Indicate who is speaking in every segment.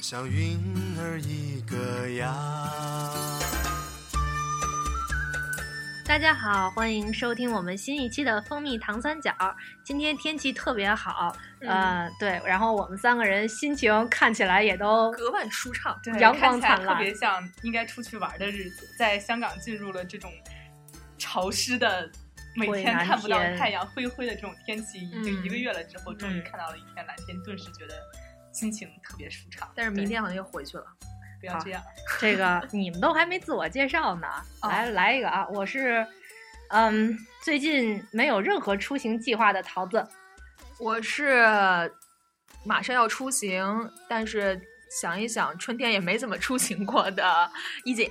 Speaker 1: 像云儿一个样。
Speaker 2: 大家好，欢迎收听我们新一期的蜂蜜糖三角。今天天气特别好，
Speaker 3: 嗯
Speaker 2: 呃，对，然后我们三个人心情看起来也都
Speaker 4: 格外舒畅，
Speaker 3: 对，
Speaker 2: 阳光
Speaker 3: 看
Speaker 2: 灿
Speaker 3: 起来
Speaker 2: 烂
Speaker 3: 特别像应该出去玩的日子。在香港进入了这种潮湿的、每
Speaker 2: 灰
Speaker 3: 天
Speaker 2: 蓝
Speaker 3: 看不到
Speaker 2: 天
Speaker 3: 太阳灰灰的这种天气，已经
Speaker 2: 嗯
Speaker 3: 一个月了之后，终于
Speaker 2: 嗯
Speaker 3: 看到了一片蓝天，顿时觉得心情特别舒畅。
Speaker 4: 但是明
Speaker 3: 对
Speaker 4: 天好像啊又回去了。
Speaker 3: 不要
Speaker 2: 好
Speaker 3: 这样，
Speaker 2: 这个你们都还没自我介绍 呢，
Speaker 3: 哦
Speaker 2: 来来一个啊！我是，嗯，最近没有任何出行计划的桃子，
Speaker 4: 我是马上要出行，但是想一想春天也没怎么出行过的一姐，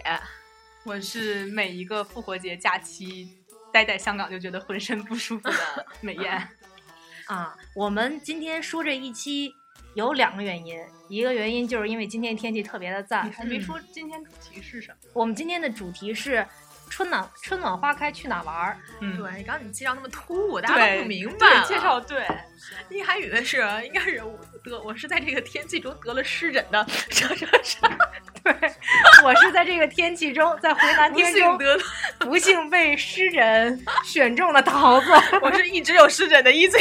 Speaker 3: 我是每一个复活节假期待在香港就觉得浑身不舒服的美艳。
Speaker 2: 啊，我们今天说这一期有两个原因，一个原因就是因为今天天气特别的
Speaker 3: 你
Speaker 2: 赞，
Speaker 3: 还没
Speaker 4: 嗯
Speaker 3: 说今天主题是什么？
Speaker 2: 我们今天的主题是春暖春暖花开去哪玩儿？
Speaker 3: 嗯，
Speaker 4: 对，你刚刚你介绍那么突兀，大家都
Speaker 3: 对，
Speaker 4: 不明白
Speaker 3: 对
Speaker 4: 了
Speaker 3: 介绍对，
Speaker 4: 你还以为是应该是我得我是在这个天气中得了湿疹的，啥啥啥，
Speaker 2: 我是在这个天气中，在回南
Speaker 4: 不
Speaker 2: 天
Speaker 4: 幸
Speaker 2: 中
Speaker 4: 得了，
Speaker 2: 不幸被诗人选中的桃子
Speaker 4: 我是一直有湿疹的一姐。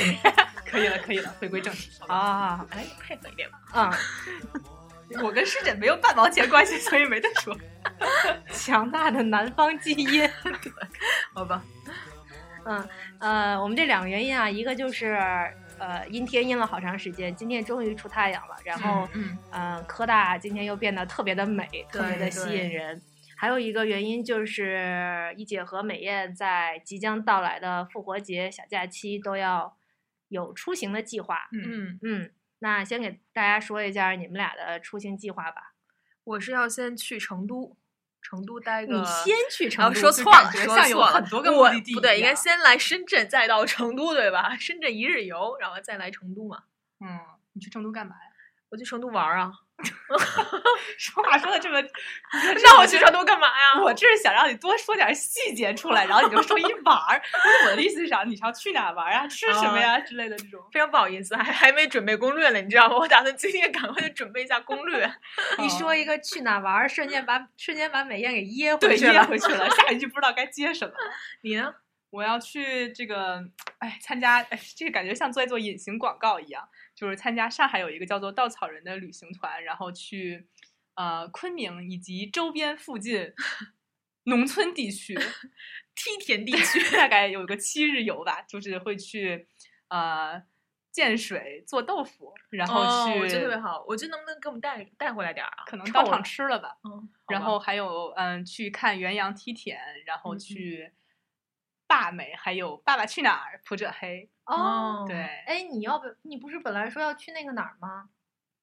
Speaker 3: 可以了，可以了，回归正题。好吧
Speaker 2: 啊，
Speaker 4: 哎，配合一点吧。
Speaker 2: 嗯，
Speaker 3: 我跟湿疹没有半毛钱关系，所以没得说。
Speaker 2: 强大的南方基因。
Speaker 4: 好吧，
Speaker 2: 嗯呃，我们这两个原因啊，一个就是呃阴天阴了好长时间，今天终于出太阳了，然后
Speaker 4: 嗯，
Speaker 2: 嗯、呃科大今天又变得特别的美，特别的
Speaker 4: 对
Speaker 2: 吸
Speaker 4: 对
Speaker 2: 引人。还有一个原因就是一姐和美艳在即将到来的复活节小假期都要有出行的计划。
Speaker 3: 嗯，
Speaker 4: 嗯，
Speaker 2: 嗯，那先给大家说一下你们俩的出行计划吧。
Speaker 4: 我是要先去成都，成都待个。
Speaker 2: 你先去成
Speaker 4: 啊，
Speaker 2: 都，
Speaker 4: 说
Speaker 3: 就
Speaker 4: 错
Speaker 3: 感
Speaker 4: 了，
Speaker 3: 觉
Speaker 4: 说
Speaker 3: 像有
Speaker 4: 错了
Speaker 3: 很多个
Speaker 4: 我
Speaker 3: 目的地
Speaker 4: 不
Speaker 3: 一
Speaker 4: 对，应该
Speaker 3: 样
Speaker 4: 先来深圳，再到成都，对吧？深圳一日游，然后再来成都嘛。
Speaker 3: 嗯，你去成都干嘛呀？
Speaker 4: 我去成都玩儿啊，
Speaker 3: 说话说的这么，
Speaker 4: 那我去成都干嘛呀？
Speaker 3: 我这是想让你多说点细节出来，然后你就说一玩儿。不是我的意思是想你要去哪儿玩儿啊，吃什么呀、之类的这种。
Speaker 4: 非常不好意思，还还没准备攻略呢，你知道吗？我打算今天赶快就准备一下攻略。
Speaker 2: 一说一个去哪玩儿，瞬间把瞬间把美艳给噎
Speaker 3: 嗯对
Speaker 2: 回去
Speaker 3: 噎
Speaker 2: 了。
Speaker 3: 回去 了，下一句不知道该接什么。
Speaker 4: 你呢？
Speaker 3: 我要去这个，哎，参加，哎，这个感觉像做一做隐形广告一样，就是参加上海有一个叫做稻草人的旅行团，然后去呃昆明以及周边 附近农村地区，
Speaker 4: 梯田地
Speaker 3: 地
Speaker 4: 区，
Speaker 3: 区大概有个七日游吧，就是会去呃建水做豆腐， 然后
Speaker 4: 哦
Speaker 3: 去、
Speaker 4: 我觉得特别好，我觉得能不能给我们带带回来点儿啊？
Speaker 3: 可能
Speaker 4: 臭
Speaker 3: 当
Speaker 4: 了
Speaker 3: 场吃了吧，
Speaker 4: 嗯，
Speaker 3: 然
Speaker 4: 好吧
Speaker 3: 后还有嗯去看元阳梯田，然后
Speaker 4: 嗯嗯
Speaker 3: 去坝美，还有《爸爸去哪儿》普者黑，
Speaker 2: 哦，
Speaker 4: 哦
Speaker 3: 对。
Speaker 2: 哎，你要不你不是本来说要去那个哪儿吗？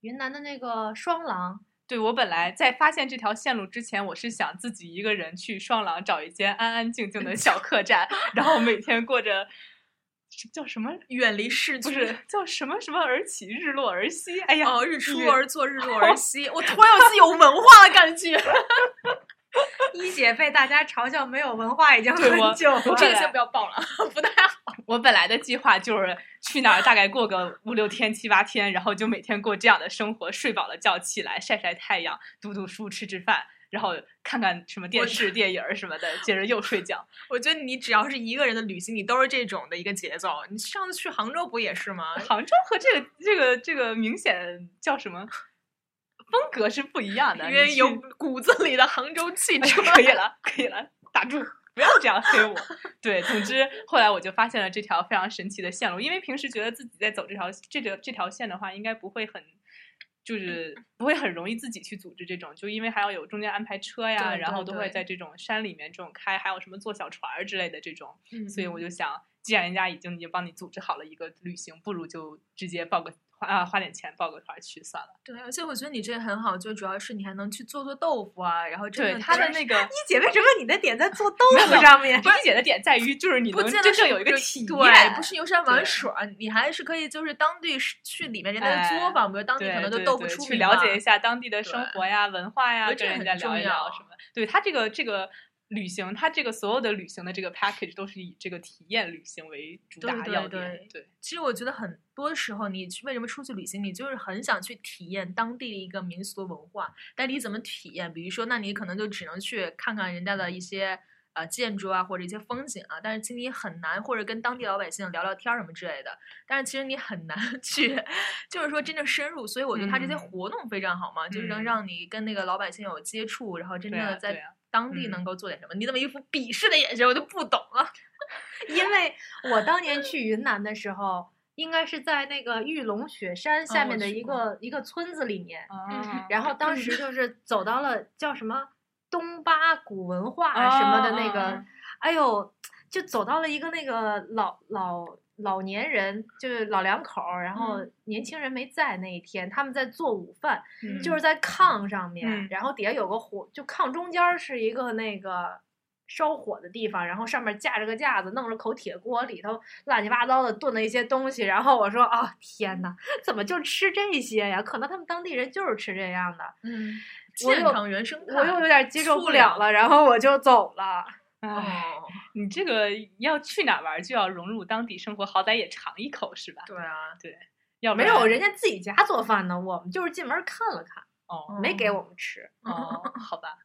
Speaker 2: 云南的那个双廊，
Speaker 3: 对我本来在发现这条线路之前，我是想自己一个人去双廊找一间安安静静的小客栈，然后每天过着是叫什么？
Speaker 4: 远离市
Speaker 3: 不
Speaker 4: 区，
Speaker 3: 是叫什么什么而起，日落而息。哎呀，
Speaker 4: 哦，日出
Speaker 3: 日
Speaker 4: 而作，日落而息，我突然有自己有文化的感觉。
Speaker 2: 一姐被大家嘲笑没有文化已经
Speaker 3: 对我
Speaker 2: 久
Speaker 3: 我
Speaker 4: 这
Speaker 3: 这
Speaker 4: 个
Speaker 3: 个
Speaker 4: 先
Speaker 3: 先
Speaker 4: 不
Speaker 3: 不
Speaker 4: 要报了，不太好。
Speaker 3: 我本来的计划就是去哪儿大概过个五六天、七八天，然后就每天过这样的生活，睡饱了觉起来晒晒太阳、读读书、吃吃饭，然后看看什么电视、电影儿什么的，接着又睡觉。
Speaker 4: 我觉得你只要是一个人的旅行，你都是这种的一个节奏。你上次去杭州不也是 吗？
Speaker 3: 杭州和这个这个这个明显叫什么风格是不一样的，
Speaker 4: 因为
Speaker 3: 你
Speaker 4: 有
Speaker 3: 去
Speaker 4: 骨子里的杭州气
Speaker 3: 哎
Speaker 4: 质。
Speaker 3: 可以了，可以了，打住，不要这样黑我。对，总之后来我就发现了这条非常神奇的线路，因为平时觉得自己在走这条这条这条线的话，应该不会很。就是不会很容易自己去组织这种，就因为还要有中间安排车呀，
Speaker 4: 对
Speaker 3: 然后
Speaker 4: 对
Speaker 3: 都会
Speaker 4: 对
Speaker 3: 在这种山里面这种开，还有什么坐小船儿之类的这种，
Speaker 4: 嗯
Speaker 3: 所以我就想，既然人家已经已经帮你组织好了一个旅行，不如就直接报个花啊花点钱报个团去算了。
Speaker 4: 对，而且我觉得你这个很好，就主要是你还能去做做豆腐啊，然后真
Speaker 3: 对
Speaker 4: 的
Speaker 3: 他的
Speaker 4: 真
Speaker 3: 那个
Speaker 2: 一姐为什么你的点在做豆
Speaker 3: 没有
Speaker 2: 腐
Speaker 3: 没有
Speaker 2: 上面？
Speaker 3: 理解的点在于，就是你
Speaker 4: 不
Speaker 3: 能
Speaker 4: 见
Speaker 3: 真
Speaker 4: 得
Speaker 3: 正
Speaker 4: 是
Speaker 3: 有一个
Speaker 4: 就
Speaker 3: 体验
Speaker 4: 对，不，是游山玩
Speaker 3: 对
Speaker 4: 水儿，你还是可以就是当地是去里面人家的作
Speaker 3: 哎
Speaker 4: 坊，比如当地
Speaker 3: 对
Speaker 4: 可能就
Speaker 3: 对
Speaker 4: 豆腐
Speaker 3: 对
Speaker 4: 出
Speaker 3: 去
Speaker 4: 名
Speaker 3: 了
Speaker 4: 嘛
Speaker 3: 解一下当地的生
Speaker 4: 对
Speaker 3: 活呀、文化呀，
Speaker 4: 我觉
Speaker 3: 跟
Speaker 4: 得这
Speaker 3: 人家
Speaker 4: 很重
Speaker 3: 聊一聊
Speaker 4: 要
Speaker 3: 什么。对他这个这个旅行，他这个所有的旅行的这个 package 都是以这个体验旅行为主
Speaker 4: 对
Speaker 3: 打
Speaker 4: 对
Speaker 3: 要点。
Speaker 4: 对
Speaker 3: 对
Speaker 4: 其实我觉得很多时候，你去为什么出去旅行，你就是很想去体验当地的一个民俗文化，但你怎么体验？比如说，那你可能就只能去看看人家的一些呃建筑啊，或者一些风景啊，但是其实你很难，或者跟当地老百姓聊聊天儿什么之类的，但是其实你很难 去，就是说真正深入。所以我觉得他这些
Speaker 3: 嗯
Speaker 4: 活动非常好嘛，就是能
Speaker 3: 嗯
Speaker 4: 让你跟那个老百姓有接触，然后真
Speaker 3: 对
Speaker 4: 正的
Speaker 3: 啊对
Speaker 4: 在
Speaker 3: 啊
Speaker 4: 当地能
Speaker 3: 嗯
Speaker 4: 够做点什么。你怎么一副鄙视的眼神，我就不懂了。
Speaker 2: 因为我当年去云南的时候，应该是在那个玉龙雪山下
Speaker 4: 嗯我
Speaker 3: 哦
Speaker 2: 面的
Speaker 4: 去
Speaker 2: 一
Speaker 4: 过
Speaker 2: 个、一个村子里面，
Speaker 4: 嗯
Speaker 3: 啊
Speaker 2: 然后当时就是走到了叫什么东巴古文化啊什么的那个，
Speaker 3: 啊啊啊
Speaker 2: 哎呦，就走到了一个那个老老老年人，就是老两口儿，然后年轻人没在那一天，他们在做午饭，
Speaker 3: 嗯
Speaker 2: 就是在炕上面，
Speaker 3: 嗯
Speaker 2: 然后底下有个火，就炕中间儿是一个那个。烧火的地方，然后上面架着个架子，弄着口铁锅，里头乱七八糟的炖了一些东西。然后我说：“啊、天哪，怎么就吃这些呀？可能他们当地人就是吃这样的。”
Speaker 4: 嗯，
Speaker 2: 我
Speaker 4: 健
Speaker 2: 又
Speaker 4: 康原生
Speaker 3: 嗯
Speaker 4: 态。
Speaker 2: 我又有点接受
Speaker 4: 粗
Speaker 2: 不
Speaker 4: 粮
Speaker 2: 了了，然后我就走了。
Speaker 3: 哎
Speaker 4: 哦，
Speaker 3: 你这个要去哪儿玩，就要融入当地生活，好歹也尝一口是吧？
Speaker 4: 对啊，
Speaker 3: 要不
Speaker 2: 没有
Speaker 3: 然
Speaker 2: 人家自己家做饭呢，我们就是进门看了看，
Speaker 4: 嗯
Speaker 3: 哦
Speaker 2: 没给我们吃。
Speaker 3: 哦，好吧，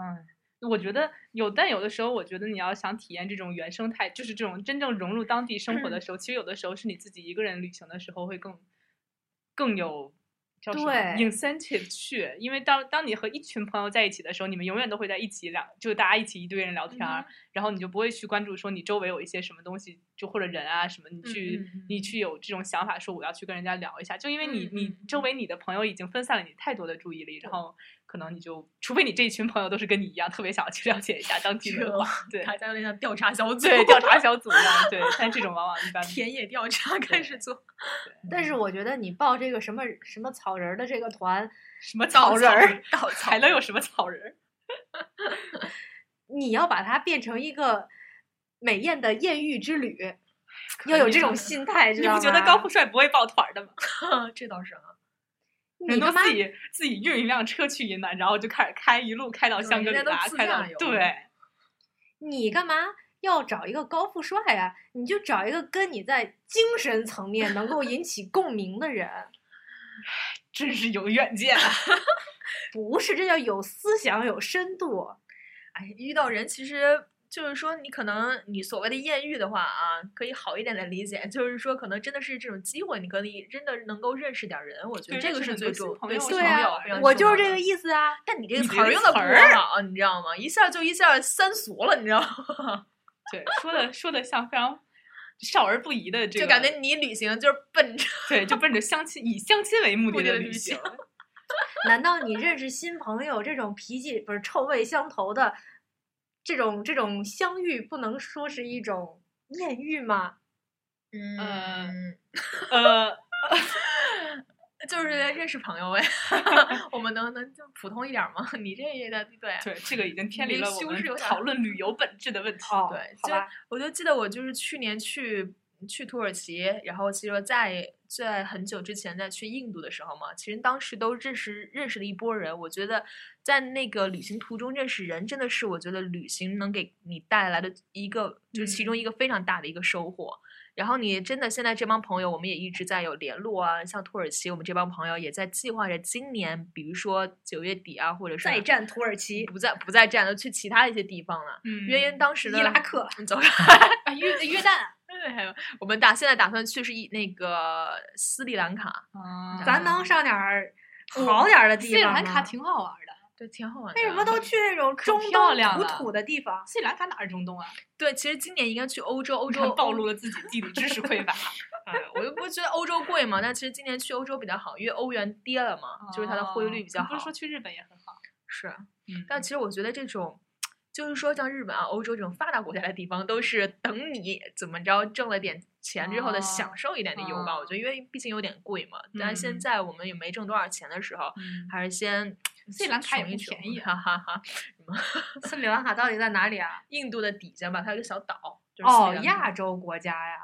Speaker 3: 嗯。我觉得有，但有的时候，我觉得你要想体验这种原生态，就是这种真正融入当地生活的时候，其实有的时候是你自己一个人旅行的时候会更更有叫什么
Speaker 2: 对
Speaker 3: incentive 去，因为当当你和一群朋友在一起的时候，你们永远都会在一起两，就大家一起一堆人聊天儿，然后你就不会去关注说你周围有一些什么东西，就或者人啊什么，你
Speaker 4: 嗯
Speaker 3: 去、
Speaker 4: 嗯
Speaker 3: 你去有这种想法说我要去跟人家聊一下，就因为你、
Speaker 4: 嗯
Speaker 3: 你
Speaker 4: 嗯
Speaker 3: 周
Speaker 4: 嗯
Speaker 3: 围你的朋友已经分散了你太多的注意力，然后可能你就除非你这一群朋友都是跟你一样特别想要去了解一下当地
Speaker 4: 这
Speaker 3: 文化，对
Speaker 4: 大家有点像调查小组，
Speaker 3: 对调查小组一样，对，但这种往往一般
Speaker 4: 田野调查开始做
Speaker 2: 但是我觉得你报这个什么什么草人儿的这个团，
Speaker 3: 什么
Speaker 4: 稻
Speaker 3: 草人儿，
Speaker 4: 稻草
Speaker 3: 还能有什么草人儿？
Speaker 2: 你要把它变成一个美艳的艳遇之旅，
Speaker 3: 可
Speaker 2: 要有
Speaker 3: 以
Speaker 2: 这
Speaker 3: 啊
Speaker 2: 种心 态，知
Speaker 3: 你
Speaker 2: 道
Speaker 3: 不
Speaker 2: 吗？
Speaker 3: 觉得高富帅不会抱团儿的吗？
Speaker 4: 人，这倒是啊，
Speaker 2: 你
Speaker 3: 人
Speaker 2: 他
Speaker 3: 都
Speaker 2: 妈
Speaker 3: 自己自己运一辆车去云南，然后就开始开，一路开到
Speaker 4: 对
Speaker 3: 香格
Speaker 4: 人家
Speaker 3: 里
Speaker 4: 都
Speaker 3: 拉，
Speaker 4: 自
Speaker 3: 开到
Speaker 4: 驾游
Speaker 3: 对，
Speaker 2: 你干嘛要找一个高富帅啊？你就找一个跟你在精神层面能够引起共鸣的人。
Speaker 3: 真是有远见啊！
Speaker 2: 不是，这叫有思想、有深度。
Speaker 4: 哎，遇到人其实。就是说，你可能你所谓的艳遇的话啊，可以好一点的理解，就是说，可能真的是这种机会，你可以真的能够认识点人，我觉得
Speaker 3: 对
Speaker 4: 这
Speaker 3: 认
Speaker 4: 个
Speaker 3: 识
Speaker 4: 是
Speaker 3: 很
Speaker 4: 最
Speaker 3: 多新
Speaker 4: 重
Speaker 3: 朋
Speaker 4: 对
Speaker 3: 友
Speaker 4: 新
Speaker 3: 什
Speaker 2: 对
Speaker 4: 朋
Speaker 3: 么
Speaker 2: 啊
Speaker 4: 友
Speaker 3: 的
Speaker 4: 非常
Speaker 2: 我
Speaker 4: 重
Speaker 2: 就是
Speaker 4: 要
Speaker 2: 这
Speaker 4: 的
Speaker 2: 个意思啊。
Speaker 4: 但你这个
Speaker 3: 你
Speaker 4: 词
Speaker 3: 这
Speaker 4: 儿
Speaker 3: 个
Speaker 4: 用的
Speaker 3: 词
Speaker 4: 不
Speaker 3: 儿
Speaker 4: 好，啊你知道吗？一下就一下三俗了，你知道吗？
Speaker 3: 对，说的说的像非常少儿不宜的这个，
Speaker 4: 就感觉你旅行就是奔着
Speaker 3: 对，就奔着相亲以相亲为目
Speaker 4: 目
Speaker 3: 的
Speaker 4: 的
Speaker 3: 的
Speaker 4: 的旅
Speaker 3: 行
Speaker 4: 行，
Speaker 2: 难道你认识新朋友这种脾气不是臭味相投的这种这种相遇，不能说是一种艳遇吗？
Speaker 4: 嗯，
Speaker 3: 呃，
Speaker 4: 就是认识朋友呗。 我们能能就普通一点儿吗？你这也得对啊。
Speaker 3: 对，这个已经偏离
Speaker 4: 你
Speaker 3: 了
Speaker 4: 修
Speaker 3: 我
Speaker 4: 饰有
Speaker 3: 们
Speaker 4: 点
Speaker 3: 讨论旅游本质的问题。
Speaker 2: 哦，
Speaker 4: 对
Speaker 2: 好
Speaker 4: 就
Speaker 2: 吧，
Speaker 4: 我就记得我就是去年去去土耳其，然后其实我在在很久之前在去印度的时候嘛，其实当时都认识认识了一波人。我觉得在那个旅行途中认识人，真的是我觉得旅行能给你带来的一个，就是其
Speaker 2: 嗯
Speaker 4: 中一个非常大的一个收获。然后你真的现在这帮朋友，我们也一直在有联络啊，像土耳其，我们这帮朋友也在计划着今年，比如说九月底啊，或者是
Speaker 2: 再战土耳其、
Speaker 4: 不在不在站了，去其他一些地方了。
Speaker 3: 嗯
Speaker 4: 约因当时
Speaker 2: 伊
Speaker 4: 的
Speaker 2: 拉克、
Speaker 4: 走了。
Speaker 2: 啊约约旦，
Speaker 4: 对，还有我们打现在打算去是一那个斯里兰卡，
Speaker 3: 啊
Speaker 2: 嗯咱能上点儿好点儿的地
Speaker 3: 斯里
Speaker 2: 方吗
Speaker 3: 兰
Speaker 4: 啊
Speaker 3: 卡挺好玩的。
Speaker 4: 对，挺好玩的。
Speaker 2: 为什么都去那种中
Speaker 3: 漂
Speaker 2: 东
Speaker 3: 亮
Speaker 2: 土
Speaker 3: 了
Speaker 2: 土的地 方？
Speaker 3: 斯里兰卡哪是中东啊？
Speaker 4: 对？其实今年应该去欧洲，欧
Speaker 3: 你
Speaker 4: 洲
Speaker 3: 看暴露。了自己地理知识 匮乏。
Speaker 4: 哎，我又不觉得欧洲贵嘛，但其实今年去欧洲比较好，因为欧元跌了嘛，就是它的汇率比较
Speaker 3: 哦
Speaker 4: 好。嗯
Speaker 3: 不是说去日本也很好？
Speaker 4: 是，
Speaker 3: 嗯
Speaker 4: 但其实我觉得这种。就是说像日本啊、欧洲这种发达国家的地方，都是等你怎么着挣了点钱之后的
Speaker 3: 哦
Speaker 4: 享受一点的游吧。
Speaker 3: 哦
Speaker 4: 我觉得因为毕竟有点贵嘛，但现
Speaker 3: 嗯
Speaker 4: 在我们也没挣多少钱的时候，
Speaker 3: 嗯
Speaker 4: 还是先
Speaker 3: 斯里兰卡也
Speaker 4: 穷一
Speaker 3: 不
Speaker 4: 穷
Speaker 3: 便宜啊
Speaker 4: 哈哈哈。
Speaker 2: 斯里兰卡到底在哪里啊？
Speaker 4: 印度的底下吧，它有一个小岛，就是斯
Speaker 2: 哦
Speaker 4: 里，兰卡
Speaker 2: 亚洲国家呀，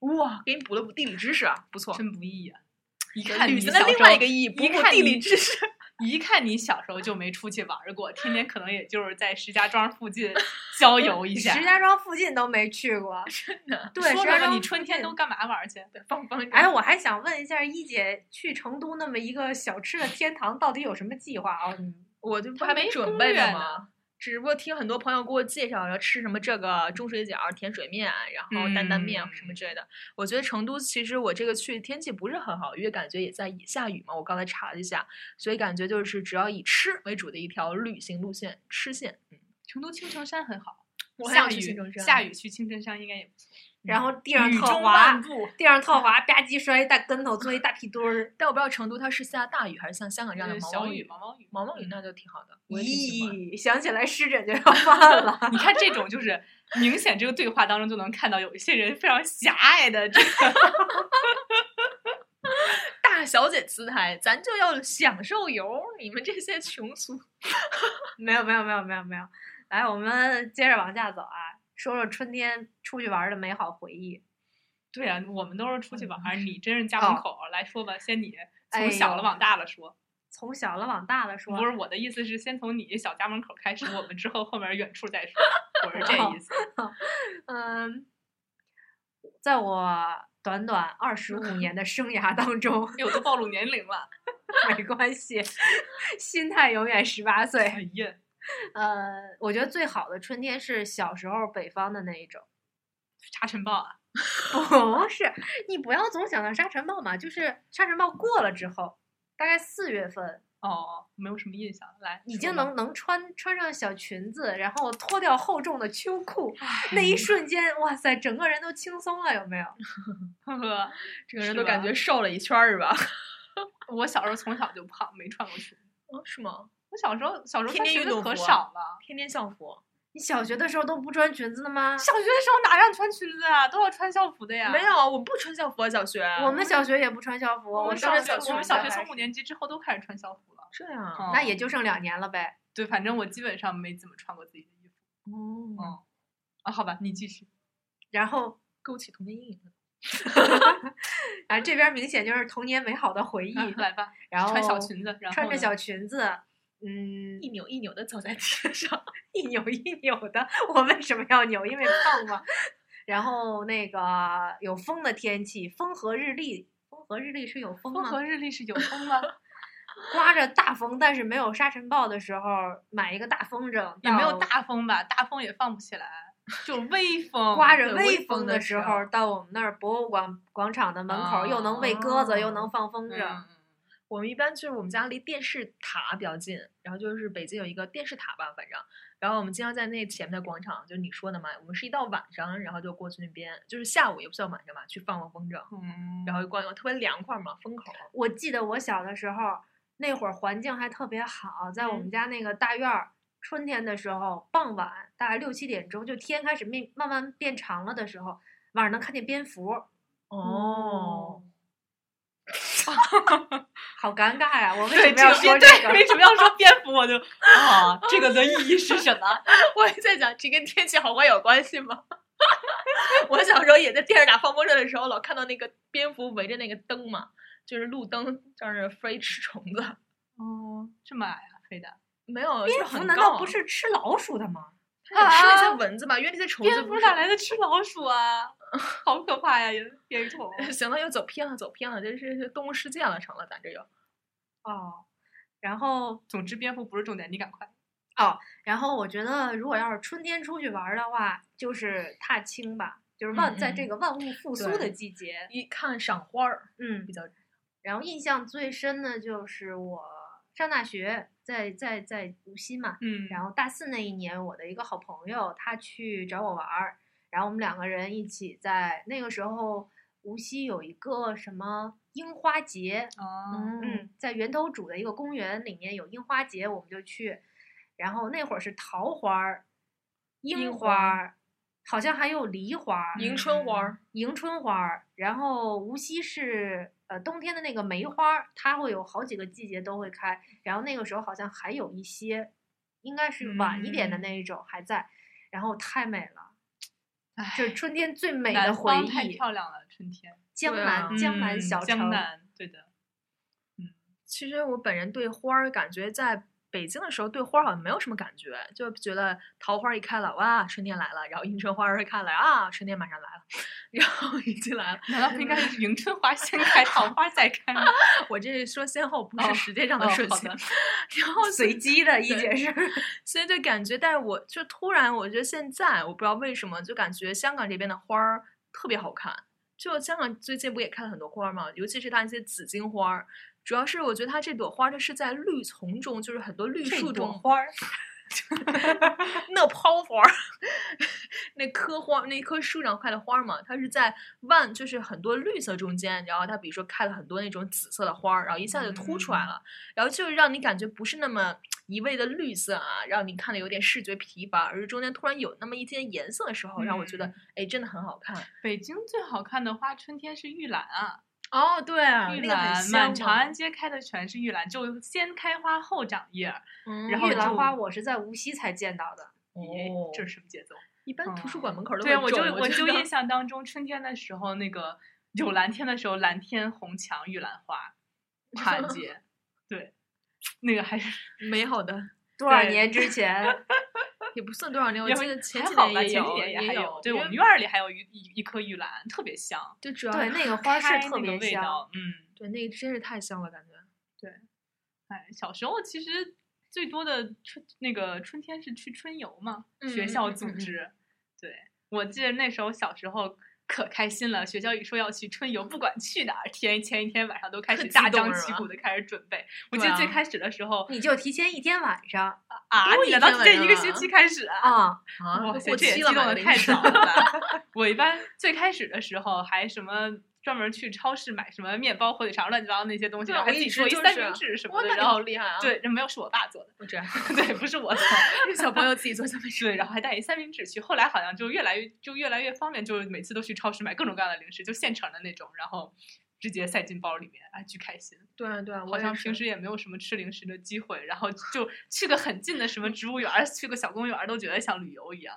Speaker 4: 哇，给你补了补地理知识啊，不错。
Speaker 3: 真不易啊！一
Speaker 4: 这
Speaker 3: 看
Speaker 4: 旅
Speaker 3: 你
Speaker 4: 行的
Speaker 3: 小时候，
Speaker 4: 另外一个意义，补
Speaker 3: 一
Speaker 4: 补
Speaker 3: 看
Speaker 4: 地理
Speaker 3: 你
Speaker 4: 知识。
Speaker 3: 一看你小时候就没出去玩儿过，天天可能也就是在石家庄附近郊 游一下。
Speaker 2: 石家庄附近都没去过，
Speaker 4: 真的，
Speaker 2: 对，
Speaker 3: 说
Speaker 2: 石
Speaker 3: 说
Speaker 2: 家
Speaker 3: 吧，
Speaker 2: 庄
Speaker 3: 你春天
Speaker 2: 附近
Speaker 3: 都干嘛玩儿去？
Speaker 4: 放放。
Speaker 2: 哎，我还想问一下一姐，去成都那么一个小吃的天堂，到底有什么计划啊？嗯
Speaker 4: 我就不
Speaker 3: 他
Speaker 4: 还没
Speaker 3: 没
Speaker 4: 准
Speaker 3: 攻
Speaker 4: 备
Speaker 3: 略
Speaker 4: 呢
Speaker 3: 呢
Speaker 4: 吗？只不过听很多朋友给我介绍，要吃什么这个中水饺、甜水面，然后担担面啊什
Speaker 3: 嗯
Speaker 4: 么之类的。我觉得成都其实我这个去天气不是很好，因为感觉也在下雨嘛。我刚才查了一下，所以感觉就是只要以吃为主的一条旅行路线，吃线。嗯，
Speaker 3: 成都青城山很好，
Speaker 4: 我很
Speaker 3: 下
Speaker 4: 想去青
Speaker 3: 雨
Speaker 4: 城山
Speaker 3: 下雨去青城山应该也不错。
Speaker 2: 然后地上
Speaker 3: 雨
Speaker 2: 特
Speaker 3: 中
Speaker 2: 滑
Speaker 3: 漫，步，
Speaker 2: 地上特滑，吧唧摔一大跟头，坐一大屁墩儿。
Speaker 4: 但我不知道成都它是下大雨还是像香港这样的
Speaker 3: 呃
Speaker 4: 毛
Speaker 3: 小
Speaker 4: 毛
Speaker 3: 雨嗯
Speaker 4: 雨。
Speaker 3: 毛毛雨。
Speaker 4: 毛毛雨那就挺好的，我也挺喜欢。
Speaker 2: 咦，想起来湿疹就要犯了。
Speaker 3: 你看这种就是 明显这个对话当中就能看到有一些人非常狭隘的这个
Speaker 4: 大小姐姿态，咱就要享受游，你们这些穷俗。
Speaker 2: 没有没有没有没有没有，来，我们接着往下走啊，说说春天出去玩儿的美好回忆。
Speaker 3: 对啊，我们都是出去玩儿，你真是家门
Speaker 2: 哦
Speaker 3: 口儿来说吧，先你
Speaker 2: 哎
Speaker 3: 从小了
Speaker 2: 呦
Speaker 3: 往大了说。
Speaker 2: 从小了往大了说，
Speaker 3: 不是我的意思是，先从你小家门口开始，我们之后后面远处再说。我是这意思。
Speaker 2: 嗯，在我短短二十五年的生涯当中，
Speaker 3: 哎，我都暴露年龄了。
Speaker 2: 没关系，心态永远十八岁。
Speaker 3: 哎呀，
Speaker 2: 呃，我觉得最好的春天是小时候北方的那一种，
Speaker 3: 沙尘暴啊！
Speaker 2: 不是你不要总想到沙尘暴嘛，就是沙尘暴过了之后，大概四月份
Speaker 3: 哦，没有什么印象。来，
Speaker 2: 已
Speaker 3: 说
Speaker 2: 经
Speaker 3: 吧
Speaker 2: 能能穿穿上小裙子，然后脱掉厚重的秋裤，那一瞬间，哇塞，整个人都轻松了，有没有？
Speaker 3: 呵呵。
Speaker 4: 这个人
Speaker 3: 是
Speaker 4: 都感
Speaker 3: 吧
Speaker 4: 觉瘦了一圈儿是吧？
Speaker 3: 我小时候从小就胖，没穿过裙子。
Speaker 4: 哦，是吗？
Speaker 3: 我小时候小时候
Speaker 4: 天
Speaker 3: 穿
Speaker 4: 天
Speaker 3: 裙
Speaker 4: 运
Speaker 3: 子
Speaker 4: 动
Speaker 3: 可
Speaker 4: 服啊
Speaker 3: 少了。
Speaker 4: 天天校服？
Speaker 2: 你小学的时候都不穿裙子的吗？
Speaker 3: 小学的时候哪让穿裙子啊，都要穿校服的呀。
Speaker 4: 没有，我们不穿校服啊，小学。
Speaker 2: 我们小学也不穿校服，
Speaker 3: 哦我
Speaker 2: 我
Speaker 3: 们
Speaker 2: 们
Speaker 3: 小
Speaker 2: 上
Speaker 3: 学
Speaker 4: 小
Speaker 3: 我们小学从
Speaker 2: 生
Speaker 3: 五年级之后都开始穿校服了。
Speaker 4: 这样啊。
Speaker 3: 嗯
Speaker 2: 哦那也就剩两年了呗。
Speaker 3: 对，反正我基本上没怎么穿过自己的衣服。
Speaker 2: 哦，
Speaker 3: 嗯，啊，好吧，你继续。
Speaker 2: 然后，
Speaker 4: 勾起童年阴影。
Speaker 2: 然后这边明显就是童年美好的 回忆，
Speaker 3: 啊来吧，
Speaker 2: 然后
Speaker 3: 穿小裙子，然后
Speaker 2: 穿着
Speaker 3: 呢
Speaker 2: 小裙子，嗯，
Speaker 4: 一扭一扭的走在街上，
Speaker 2: 一扭一扭的。我为什么要扭？因为胖嘛。然后那个有风的天气，风和日丽，风和日丽是有风
Speaker 3: 风
Speaker 2: 吗？
Speaker 3: 和日丽是有风吗？
Speaker 2: 刮着大风，但是没有沙尘暴的时候，买一个大风筝，
Speaker 3: 也没有
Speaker 2: 到
Speaker 3: 大风吧，大风也放不起来，就微 风。
Speaker 2: 刮着
Speaker 4: 对微
Speaker 2: 微
Speaker 4: 风
Speaker 2: 风
Speaker 4: 的
Speaker 2: 的
Speaker 4: 时
Speaker 2: 时候，到我们那儿博物馆广场的门口儿，又能喂鸽子，又能放风
Speaker 3: 嗯
Speaker 4: 啊
Speaker 2: 筝。
Speaker 4: 我们一般就是我们家离电视塔比较近，然后就是北京有一个电视塔吧，反正，然后我们经常在那前面的广场，就你说的嘛，我们是一到晚上，然后就过去那边，就是下午也不算晚上吧，去放放风筝，
Speaker 3: 嗯，
Speaker 4: 然后逛逛，特别凉快嘛，风口。
Speaker 2: 我记得我小的时候，那会儿环境还特别好，在我
Speaker 4: 嗯
Speaker 2: 们家那个大院儿，春天的时候，傍晚大概六七点钟，就天开始变慢慢变长了的时候，晚上能看见蝙蝠，
Speaker 4: 哦，
Speaker 2: 好尴尬呀！我为什
Speaker 3: 对
Speaker 2: 么
Speaker 3: 这
Speaker 2: 要
Speaker 3: 个
Speaker 2: 说这
Speaker 3: 蝙对，
Speaker 4: 嗯
Speaker 2: 个？
Speaker 3: 为什么要说蝙蝠？我就啊，这个的意义是什么？
Speaker 4: 我也在想，这跟天气好坏有关系吗？ 我小时候也在电视塔放风筝的时候，老看到那个蝙蝠围着那个灯嘛，就是路灯，在那儿飞吃虫子。
Speaker 3: 哦，这么矮啊，飞的。
Speaker 4: 没有，就是
Speaker 2: 蝙蝠
Speaker 4: 很
Speaker 2: 难
Speaker 4: 高
Speaker 2: 道不是吃老鼠的吗？
Speaker 4: 它得吃那些
Speaker 3: 啊
Speaker 4: 蚊子吧？因为那些虫子
Speaker 3: 蝙
Speaker 4: 不
Speaker 3: 蝠
Speaker 4: 是
Speaker 3: 哪来的吃老鼠啊？好可怕呀，也蝙蝠。
Speaker 4: 行了，又走偏了，走偏了，这是动物世界了，成了咱这又。
Speaker 2: 哦，然后
Speaker 3: 总之，蝙蝠不是重点，你赶快。
Speaker 2: 然后我觉得，如果要是春天出去玩儿的话，就是踏青吧，就是万、在
Speaker 4: 嗯嗯
Speaker 2: 这个万物复苏
Speaker 4: 对
Speaker 2: 的季节，
Speaker 4: 一看赏花儿
Speaker 2: 嗯
Speaker 4: 比。较，
Speaker 2: 然后印象最深的就是我上大学，在在在无锡嘛，
Speaker 3: 嗯，
Speaker 2: 然后大四那一年，我的一个好朋友他去找我玩儿，然后我们两个人一起在那个时候，无锡有一个什么樱花节，
Speaker 3: 哦，
Speaker 2: 嗯，在源头渚的一个公园里面有樱花节，我们就去。然后那会儿是桃花儿、樱
Speaker 3: 樱
Speaker 2: 花
Speaker 3: 花
Speaker 2: 儿，好像还有梨花儿、嗯
Speaker 4: 迎春花儿，
Speaker 2: 迎春花儿，然后无锡是呃冬天的那个梅花儿，它会有好几个季节都会开，然后那个时候好像还有一些，应该是晚一点的
Speaker 4: 嗯
Speaker 2: 那一种还在，然后太美了，
Speaker 3: 唉
Speaker 2: 这是春天最美的
Speaker 3: 南
Speaker 2: 回
Speaker 3: 方太
Speaker 2: 忆，
Speaker 3: 漂亮了，春天。
Speaker 2: 江
Speaker 4: 对
Speaker 2: 南、
Speaker 4: 啊
Speaker 2: 江南
Speaker 3: 嗯
Speaker 2: 小城，
Speaker 3: 江南，对的。
Speaker 4: 其实我本人对花儿感觉在北京的时候对花儿好像没有什么感觉，就觉得桃花一开了，哇，春天来了；然后迎春花儿一开了，啊，春天马上来了， 然后已经来了。
Speaker 3: 难道不应该是迎春花先开，桃花再 开吗？
Speaker 4: 我这是说先后，不是
Speaker 3: 哦
Speaker 4: 时间上
Speaker 3: 哦
Speaker 4: 顺
Speaker 3: 好
Speaker 4: 序。
Speaker 3: 的
Speaker 4: 然后
Speaker 2: 随机的一
Speaker 4: 对
Speaker 2: 解 释。
Speaker 4: 所以就感觉，但是我就突然，我觉得现在我不知道为什么，就感觉香港这边的花儿特别好看。就香港最近不也开了很多花儿嘛，尤其是它一些紫荆花儿，主要是我觉得它这朵花儿呢是在绿丛中，就是很多绿
Speaker 2: 这
Speaker 4: 树
Speaker 2: 朵
Speaker 4: 中花儿， 那抛花儿，那棵花那棵树上开的花儿嘛，它是在万就是很多绿色中间，然后它比如说开了很多那种紫色的花儿，然后一下就凸
Speaker 3: 嗯
Speaker 4: 出来了，然后就让你感觉不是那么一味的绿色啊，让你看的有点视觉疲乏，而是中间突然有那么一点颜色的时候，让我觉得
Speaker 3: 嗯
Speaker 4: 哎真的很好看。
Speaker 3: 北京最好看的花，春天是玉兰啊，
Speaker 4: 哦，对啊
Speaker 3: 玉
Speaker 4: 那个很
Speaker 3: 兰
Speaker 4: 香
Speaker 3: 满
Speaker 4: 嘛
Speaker 3: 长安街开的全是玉兰，就先开花后长叶儿。
Speaker 4: 嗯
Speaker 3: 然后
Speaker 2: 玉兰
Speaker 3: 就
Speaker 2: 花我是在无锡才见 到的，
Speaker 3: 咦
Speaker 4: 哦，
Speaker 3: 哎这是什么节奏？
Speaker 4: 一般图书馆门口都
Speaker 3: 哦对，啊
Speaker 4: 会
Speaker 3: 我就
Speaker 4: 种
Speaker 3: 我
Speaker 4: 觉
Speaker 3: 就
Speaker 4: 得
Speaker 3: 印象当中，春天的时候那个有蓝天的时候，蓝天红墙玉兰 花，长安街，对，那个还是
Speaker 4: 美好的。
Speaker 2: 多少
Speaker 3: 对
Speaker 2: 年 之前，
Speaker 4: 也不算多少年，我
Speaker 3: 也
Speaker 4: 记
Speaker 3: 会
Speaker 4: 得前
Speaker 3: 还
Speaker 4: 几
Speaker 3: 好
Speaker 4: 年
Speaker 3: 吧
Speaker 4: 也有，
Speaker 3: 前几年也还
Speaker 4: 有。
Speaker 3: 对
Speaker 4: 因
Speaker 3: 我
Speaker 4: 为
Speaker 3: 们院儿里还有一一一棵玉兰，特别香，
Speaker 4: 就主要
Speaker 2: 对那个花是
Speaker 3: 开
Speaker 2: 特
Speaker 3: 那个
Speaker 2: 别
Speaker 3: 味
Speaker 2: 香。
Speaker 3: 道，嗯。
Speaker 4: 对那个真是太香了，感觉。
Speaker 3: 哎，小时候其实最多的春那个春天是去春游嘛，
Speaker 4: 嗯
Speaker 3: 学
Speaker 4: 嗯
Speaker 3: 校
Speaker 4: 嗯
Speaker 3: 组
Speaker 4: 嗯嗯
Speaker 3: 织。对我记得那时候小时候可开心了，学校一说要去春游，不管去哪儿，天前一天晚上都开
Speaker 4: 很
Speaker 3: 始
Speaker 4: 激
Speaker 3: 大
Speaker 4: 动
Speaker 3: 张
Speaker 4: 是
Speaker 3: 旗
Speaker 4: 吧
Speaker 3: 鼓的开始准备。我
Speaker 4: 对
Speaker 3: 记得最
Speaker 4: 啊
Speaker 3: 开始的时候
Speaker 2: 你就提前一天晚上
Speaker 3: 啊
Speaker 4: 多，
Speaker 3: 你
Speaker 4: 一
Speaker 3: 难道
Speaker 4: 天
Speaker 3: 提
Speaker 4: 晚
Speaker 3: 前一个
Speaker 4: 上
Speaker 3: 学
Speaker 4: 啊
Speaker 3: 期开始啊？
Speaker 2: 啊，
Speaker 4: 啊
Speaker 3: 哇塞，
Speaker 4: 过
Speaker 3: 这也
Speaker 4: 期
Speaker 3: 激
Speaker 4: 了
Speaker 3: 动
Speaker 4: 吧
Speaker 3: 的
Speaker 4: 那
Speaker 3: 太
Speaker 4: 个
Speaker 3: 早了吧！ 我一般最开始的时候还什么专门去超市买什么面包、火腿肠、乱七八糟那些东西，
Speaker 4: 对
Speaker 3: 然后
Speaker 4: 我
Speaker 3: 还自
Speaker 4: 一
Speaker 3: 己
Speaker 4: 直
Speaker 3: 做一
Speaker 4: 就
Speaker 3: 三
Speaker 4: 是
Speaker 3: 明
Speaker 4: 啊
Speaker 3: 治什么
Speaker 4: 哇，
Speaker 3: 的，
Speaker 4: 那
Speaker 3: 然
Speaker 4: 你
Speaker 3: 后
Speaker 4: 厉害啊！，
Speaker 3: 对，这没有是我爸做的，
Speaker 4: 我这样
Speaker 3: 对，不是我做。
Speaker 4: 小朋友自己做三明 治，
Speaker 3: 对，然后还带一三明治去，后来好像就越来越就越来越方便，就是每次都去超市买各种各样的零食，就现成的那种，然后直接塞进包里面，哎，巨开心。
Speaker 4: 对啊对啊，我
Speaker 3: 好
Speaker 4: 也
Speaker 3: 像
Speaker 4: 是
Speaker 3: 平时也没有什么吃零食的机会，然后就去个很近的什么植物园儿，去个小公园儿，都觉得像旅游一样。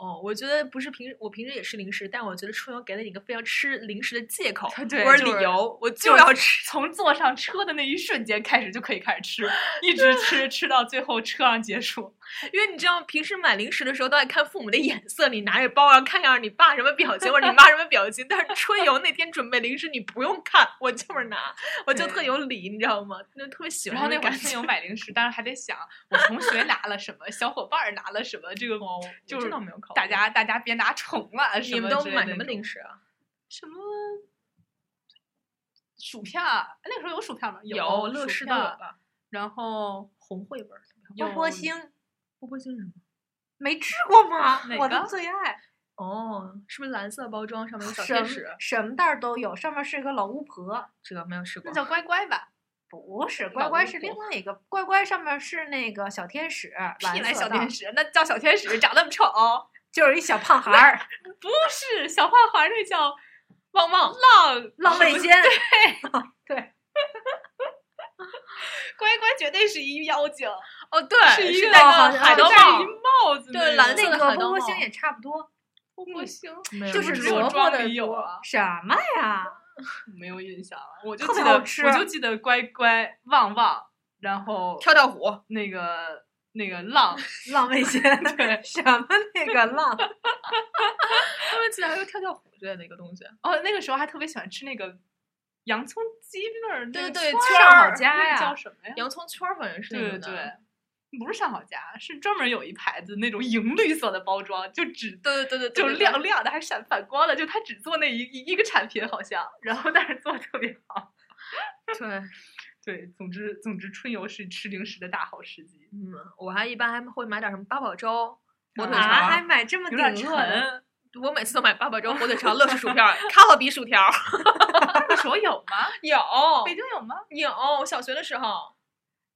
Speaker 4: 哦，我觉得不是平时，我平时也吃零食，但我觉得春游给了你一个非常吃零食的借 口
Speaker 3: 对
Speaker 4: 或者
Speaker 3: 就是
Speaker 4: 理由，我
Speaker 3: 就
Speaker 4: 就要吃。
Speaker 3: 吃，从坐上车的那一瞬间开始就可以开始吃，一直吃吃到最后车上结束。
Speaker 4: 因为你知道，平时买零食的时候都爱看父母的眼色，你拿着包，然后看一下你爸什么表情或者你妈什么表情。但是春游那天准备零食，你不用看，我就是拿，我就
Speaker 3: 对
Speaker 4: 特有理，你知道吗？就特别喜
Speaker 3: 然
Speaker 4: 欢
Speaker 3: 后那
Speaker 4: 种
Speaker 3: 会儿
Speaker 4: 感
Speaker 3: 是
Speaker 4: 觉。
Speaker 3: 有买零食，当然还得想我同学拿了什么，小伙伴儿拿了什么，这个就
Speaker 4: 哦我
Speaker 3: 是
Speaker 4: 真的没有考
Speaker 3: 大
Speaker 4: 虑
Speaker 3: 家大家别拿重了。啊
Speaker 4: 你们都买什么零
Speaker 3: 食？
Speaker 4: 食啊？
Speaker 3: 什么薯片儿？那个时候有薯片儿吗？有
Speaker 4: 乐
Speaker 3: 薯
Speaker 4: 事
Speaker 3: 片
Speaker 4: 都有
Speaker 3: 儿
Speaker 4: 吧？
Speaker 3: 然后
Speaker 4: 红绘本儿特别好，
Speaker 2: 波
Speaker 3: 有
Speaker 2: 波星
Speaker 4: 波波精是什么？
Speaker 2: 没吃过吗？
Speaker 3: 哪
Speaker 2: 我的
Speaker 3: 个
Speaker 2: 最爱，
Speaker 4: 哦，是不是蓝色包装上面有小
Speaker 2: 什
Speaker 4: 天
Speaker 2: 么
Speaker 4: 使？
Speaker 2: 什么袋儿都有，上面是一个老巫婆，
Speaker 4: 这个没有吃过
Speaker 3: 那。叫乖乖吧？
Speaker 2: 不是
Speaker 3: 老
Speaker 2: 乖
Speaker 3: 巫
Speaker 2: 乖是
Speaker 3: 婆
Speaker 2: 另外一个，乖乖上面是那个小天使，蓝
Speaker 3: 屁来
Speaker 2: 色
Speaker 3: 小
Speaker 2: 的
Speaker 3: 天，使，那叫小天使，长那 么丑。
Speaker 2: 就是一小胖孩儿，
Speaker 3: 不是小胖孩儿，那叫
Speaker 4: 旺旺，
Speaker 3: 浪
Speaker 2: 浪费
Speaker 3: 什么
Speaker 2: 仙，
Speaker 3: 乖乖绝对是一妖精，
Speaker 4: 哦对，
Speaker 3: 是一
Speaker 4: 是
Speaker 3: 个
Speaker 4: 那
Speaker 2: 好
Speaker 4: 个
Speaker 2: 像
Speaker 4: 海
Speaker 2: 是
Speaker 4: 盗
Speaker 3: 戴
Speaker 4: 帽
Speaker 3: 一，帽子
Speaker 4: 对
Speaker 3: 那
Speaker 4: 蓝
Speaker 3: 种
Speaker 2: 那
Speaker 4: 色的
Speaker 2: 个
Speaker 4: 海盗
Speaker 2: 波波
Speaker 4: 帽嗯
Speaker 2: 星也差不多，
Speaker 3: 波波星，
Speaker 4: 没有
Speaker 2: 就
Speaker 4: 我
Speaker 2: 是
Speaker 4: 只
Speaker 3: 有
Speaker 2: 萝卜
Speaker 3: 庄
Speaker 2: 的
Speaker 3: 里有
Speaker 2: 多
Speaker 3: 啊
Speaker 2: 什么呀？
Speaker 3: 没有印象了，我就
Speaker 2: 特
Speaker 3: 记
Speaker 2: 别
Speaker 3: 得
Speaker 2: 好吃
Speaker 3: 我就记得乖乖旺旺，然后
Speaker 4: 跳跳虎。
Speaker 3: 那个那个浪，
Speaker 2: 浪费仙，
Speaker 3: 对
Speaker 2: 什么那个浪？
Speaker 4: 他们竟然有跳跳虎之类的一个东西。
Speaker 3: 哦，那个时候还特别喜欢吃那个洋葱鸡味儿，那
Speaker 4: 对
Speaker 3: 个
Speaker 4: 对
Speaker 3: 圈
Speaker 4: 圈
Speaker 3: 儿
Speaker 4: 儿
Speaker 2: 家
Speaker 3: 那个
Speaker 2: 呀
Speaker 3: 叫什么呀？
Speaker 4: 洋葱圈儿反正是那
Speaker 3: 对对
Speaker 4: 种的。
Speaker 3: 对，不是上好佳，是专门有一牌子那种银绿色的包装，就只
Speaker 4: 对对对对对，
Speaker 3: 就
Speaker 4: 对
Speaker 3: 亮。亮的，还闪反光的，就它只做那一一一个产品好像，然后但是做的特别好。
Speaker 4: 对，
Speaker 3: 对，总之总之春游是吃零食的大好时机，
Speaker 4: 嗯，我还一般还会买点什么八宝粥、火腿
Speaker 3: 啊
Speaker 4: 肠
Speaker 2: 啊，还
Speaker 4: 儿。
Speaker 2: 买这么
Speaker 3: 有
Speaker 2: 顶
Speaker 3: 点
Speaker 2: 饿的？
Speaker 3: 沉。
Speaker 4: 我每次都买八宝粥、火腿肠、乐事薯片儿、卡乐比薯条儿。
Speaker 3: 那个时候有吗？
Speaker 4: 有
Speaker 3: 北京有吗？
Speaker 4: 有，我小学的时候，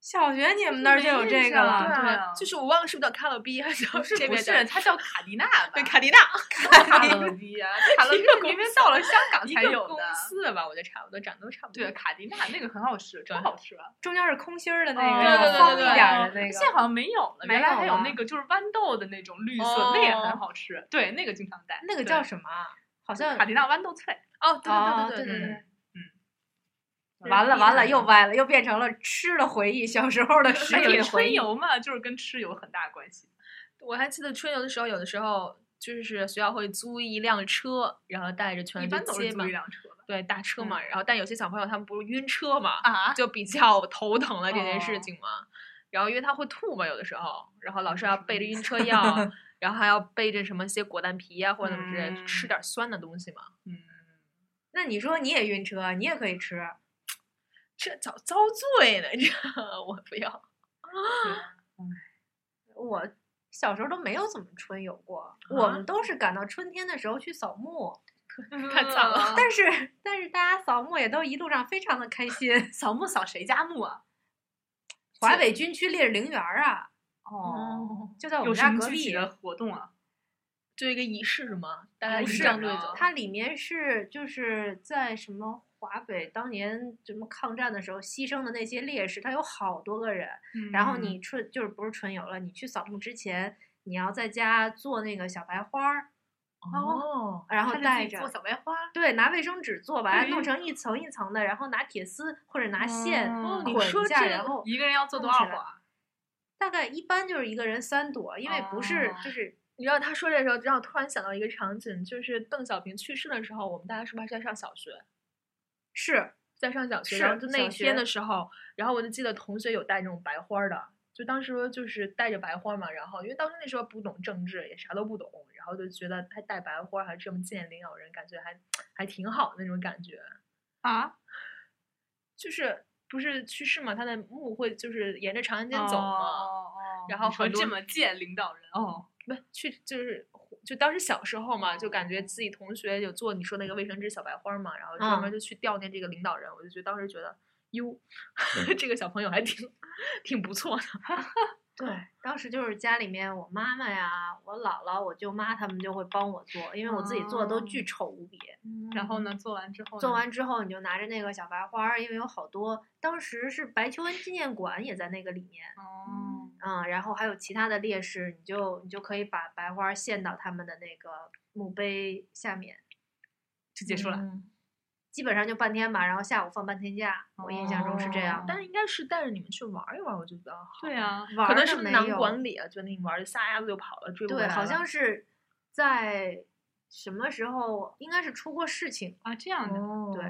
Speaker 2: 小学你们那儿就有这个了，
Speaker 4: 对
Speaker 2: 对啊，
Speaker 4: 就是我忘了是不是叫卡洛比还是叫
Speaker 3: 不是
Speaker 4: 这
Speaker 3: 不
Speaker 4: 边
Speaker 3: 是，
Speaker 4: 叫
Speaker 3: 它叫卡迪娜吧？
Speaker 4: 对卡迪娜，
Speaker 3: 卡
Speaker 4: 迪
Speaker 3: 迪迪啊，卡 迪
Speaker 4: 迪
Speaker 3: 娜
Speaker 4: 公
Speaker 3: 明明
Speaker 4: 司
Speaker 3: 到了香港
Speaker 4: 一
Speaker 3: 才
Speaker 4: 个
Speaker 3: 有
Speaker 4: 公
Speaker 3: 的。
Speaker 4: 司的吧，我就差不多长得都差不多。
Speaker 3: 对，卡迪娜那个很好吃，超
Speaker 4: 对
Speaker 3: 好吃啊！
Speaker 2: 中间是空心儿的那
Speaker 3: 哦
Speaker 2: 个，
Speaker 3: 对对对
Speaker 2: 方一
Speaker 3: 对对
Speaker 2: 点儿的那个。
Speaker 3: 现在好像没有了，
Speaker 2: 没
Speaker 3: 原来
Speaker 2: 有
Speaker 3: 还有
Speaker 2: 了
Speaker 3: 那个就是豌豆的那种绿色，
Speaker 4: 哦
Speaker 3: 那也很好吃。对，那个经常带。
Speaker 2: 那个
Speaker 3: 对
Speaker 2: 叫什么啊？好像
Speaker 3: 卡迪娜豌豆脆。
Speaker 4: 哦，对
Speaker 2: 哦
Speaker 4: 对
Speaker 2: 对
Speaker 4: 对
Speaker 3: 嗯
Speaker 2: 对
Speaker 4: 对
Speaker 2: 对，
Speaker 4: 对，
Speaker 2: 完了完了，又
Speaker 4: 嗯
Speaker 2: 歪了，又变成了吃的回忆，小时候的食
Speaker 3: 还
Speaker 2: 品
Speaker 3: 有
Speaker 2: 回
Speaker 3: 春
Speaker 2: 忆。
Speaker 3: 游嘛，就是跟吃有很大关系。
Speaker 4: 我还记得春游的时候，有的时候就是学校会租一辆车，然后带着
Speaker 3: 一
Speaker 4: 全
Speaker 3: 般
Speaker 4: 去
Speaker 3: 都
Speaker 4: 嗯接
Speaker 3: 是租
Speaker 4: 嘛
Speaker 3: 一，辆车的
Speaker 4: 对，大车嘛。然后但有些小朋友他们不是晕车嘛，
Speaker 3: 啊，
Speaker 4: 就比较头疼了这件事
Speaker 3: 哦
Speaker 4: 情嘛。然后因为他会吐嘛，有的时候，然后老师要备着晕车 药，然后还要备着什么些果蛋皮呀、或者怎么之类的，就吃
Speaker 3: 嗯
Speaker 4: 点酸的东西嘛。
Speaker 3: 嗯，
Speaker 2: 那你说你也晕车，你也可以吃，
Speaker 4: 这早遭罪呢，这我不要。
Speaker 2: 我小时候都没有怎么春游过，我
Speaker 4: 啊
Speaker 2: 们都是赶到春天的时候去扫
Speaker 3: 哦
Speaker 2: 墓。
Speaker 3: 太惨了。
Speaker 2: 但是但是大家扫墓也都一路上非常的开心。
Speaker 3: 扫墓扫谁家墓啊？
Speaker 2: 华北军区烈日陵园儿啊，
Speaker 3: 哦，
Speaker 2: 就在我
Speaker 3: 有
Speaker 2: 们
Speaker 3: 什
Speaker 2: 家
Speaker 3: 么
Speaker 2: 隔
Speaker 3: 具体
Speaker 2: 壁。
Speaker 3: 的活动啊？
Speaker 4: 就一个仪式是吗？
Speaker 3: 哦
Speaker 4: 大家
Speaker 2: 不
Speaker 4: 仪
Speaker 2: 是
Speaker 4: 仗队走。
Speaker 2: 它里面是就是在什么华北当年什么抗战的时候牺牲的那些烈士，他有好多个人。然后
Speaker 3: 嗯
Speaker 2: 你春就是不是春游了，你去扫墓之前，你要在家做那个小白花儿，
Speaker 4: 哦，
Speaker 2: 然后
Speaker 3: 他就自己
Speaker 2: 带着
Speaker 3: 做小白花，
Speaker 2: 对，拿卫生纸做，把它弄
Speaker 3: 哎
Speaker 2: 成一层一层的，然后拿铁丝或者拿线
Speaker 3: 哦
Speaker 2: 捆
Speaker 3: 你
Speaker 2: 一下，然后
Speaker 3: 一个人要做多
Speaker 2: 弄起
Speaker 3: 少会
Speaker 2: 来
Speaker 3: 儿啊？
Speaker 2: 大概一般就是一个人三朵，因为不是
Speaker 3: 哦
Speaker 2: 就是
Speaker 4: 你知道他说这时候，让我突然想到一个场景，就是邓小平去世的时候，我们大家是不是还在上小学？
Speaker 2: 是
Speaker 4: 在上小学，
Speaker 2: 是
Speaker 4: 然后就那
Speaker 2: 小
Speaker 4: 一天
Speaker 2: 学
Speaker 4: 的时候，然后我就记得同学有带那种白花儿的，就当时就是带着白花儿嘛，然后因为当时那时候不懂政治，也啥都不懂，然后就觉得还带白花儿，还这么见领导人，感觉还还挺好的那种感觉。
Speaker 3: 啊，
Speaker 4: 就是不是去世嘛，他的墓会就是沿着长安街
Speaker 3: 先
Speaker 4: 走
Speaker 3: 走
Speaker 4: 嘛，
Speaker 2: 哦
Speaker 3: 嘛。
Speaker 4: 然后
Speaker 3: 哦你说
Speaker 4: 很多
Speaker 3: 这么见领导人哦，
Speaker 4: 不去就是就当时小时候嘛，就感觉自己同学有做你说那个卫生纸小白花儿嘛，然后专
Speaker 2: 嗯
Speaker 4: 门就去悼念这个领导人，我就觉得当时觉得哟，
Speaker 2: 嗯
Speaker 4: 这个小朋友还挺挺不错的。
Speaker 2: 对，哎当时就是家里面我妈妈呀、我姥姥、我舅妈他们就会帮我做，因为我自己做的都巨丑无比。
Speaker 3: 然后呢，做完之后
Speaker 2: 嗯
Speaker 3: 呢
Speaker 2: 做完之后，你就拿着那个小白花儿，因为有好多，当时是白求恩纪念馆也在那个里面，
Speaker 3: 哦，
Speaker 2: 嗯，然后还有其他的烈士，你就你就可以把白花儿献到他们的那个墓碑下面，
Speaker 3: 就结束了。
Speaker 4: 嗯
Speaker 2: 基本上就半天吧，然后下午放半天假，我印象中是这样。
Speaker 3: 哦
Speaker 4: 但是应该是带着你们去玩儿一玩儿，我觉得比较好。
Speaker 3: 对，啊，
Speaker 2: 玩
Speaker 4: 可
Speaker 2: 儿
Speaker 4: 能
Speaker 2: 的
Speaker 4: 是不是
Speaker 2: 没
Speaker 4: 难
Speaker 2: 有
Speaker 4: 管理啊？就那你玩儿的撒丫子就跑了，追不回
Speaker 2: 对，
Speaker 4: 来
Speaker 2: 好
Speaker 3: 啊
Speaker 4: 了
Speaker 2: 像是在什么时候，应该是出过事情，
Speaker 3: 啊这样的，
Speaker 4: 哦
Speaker 2: 对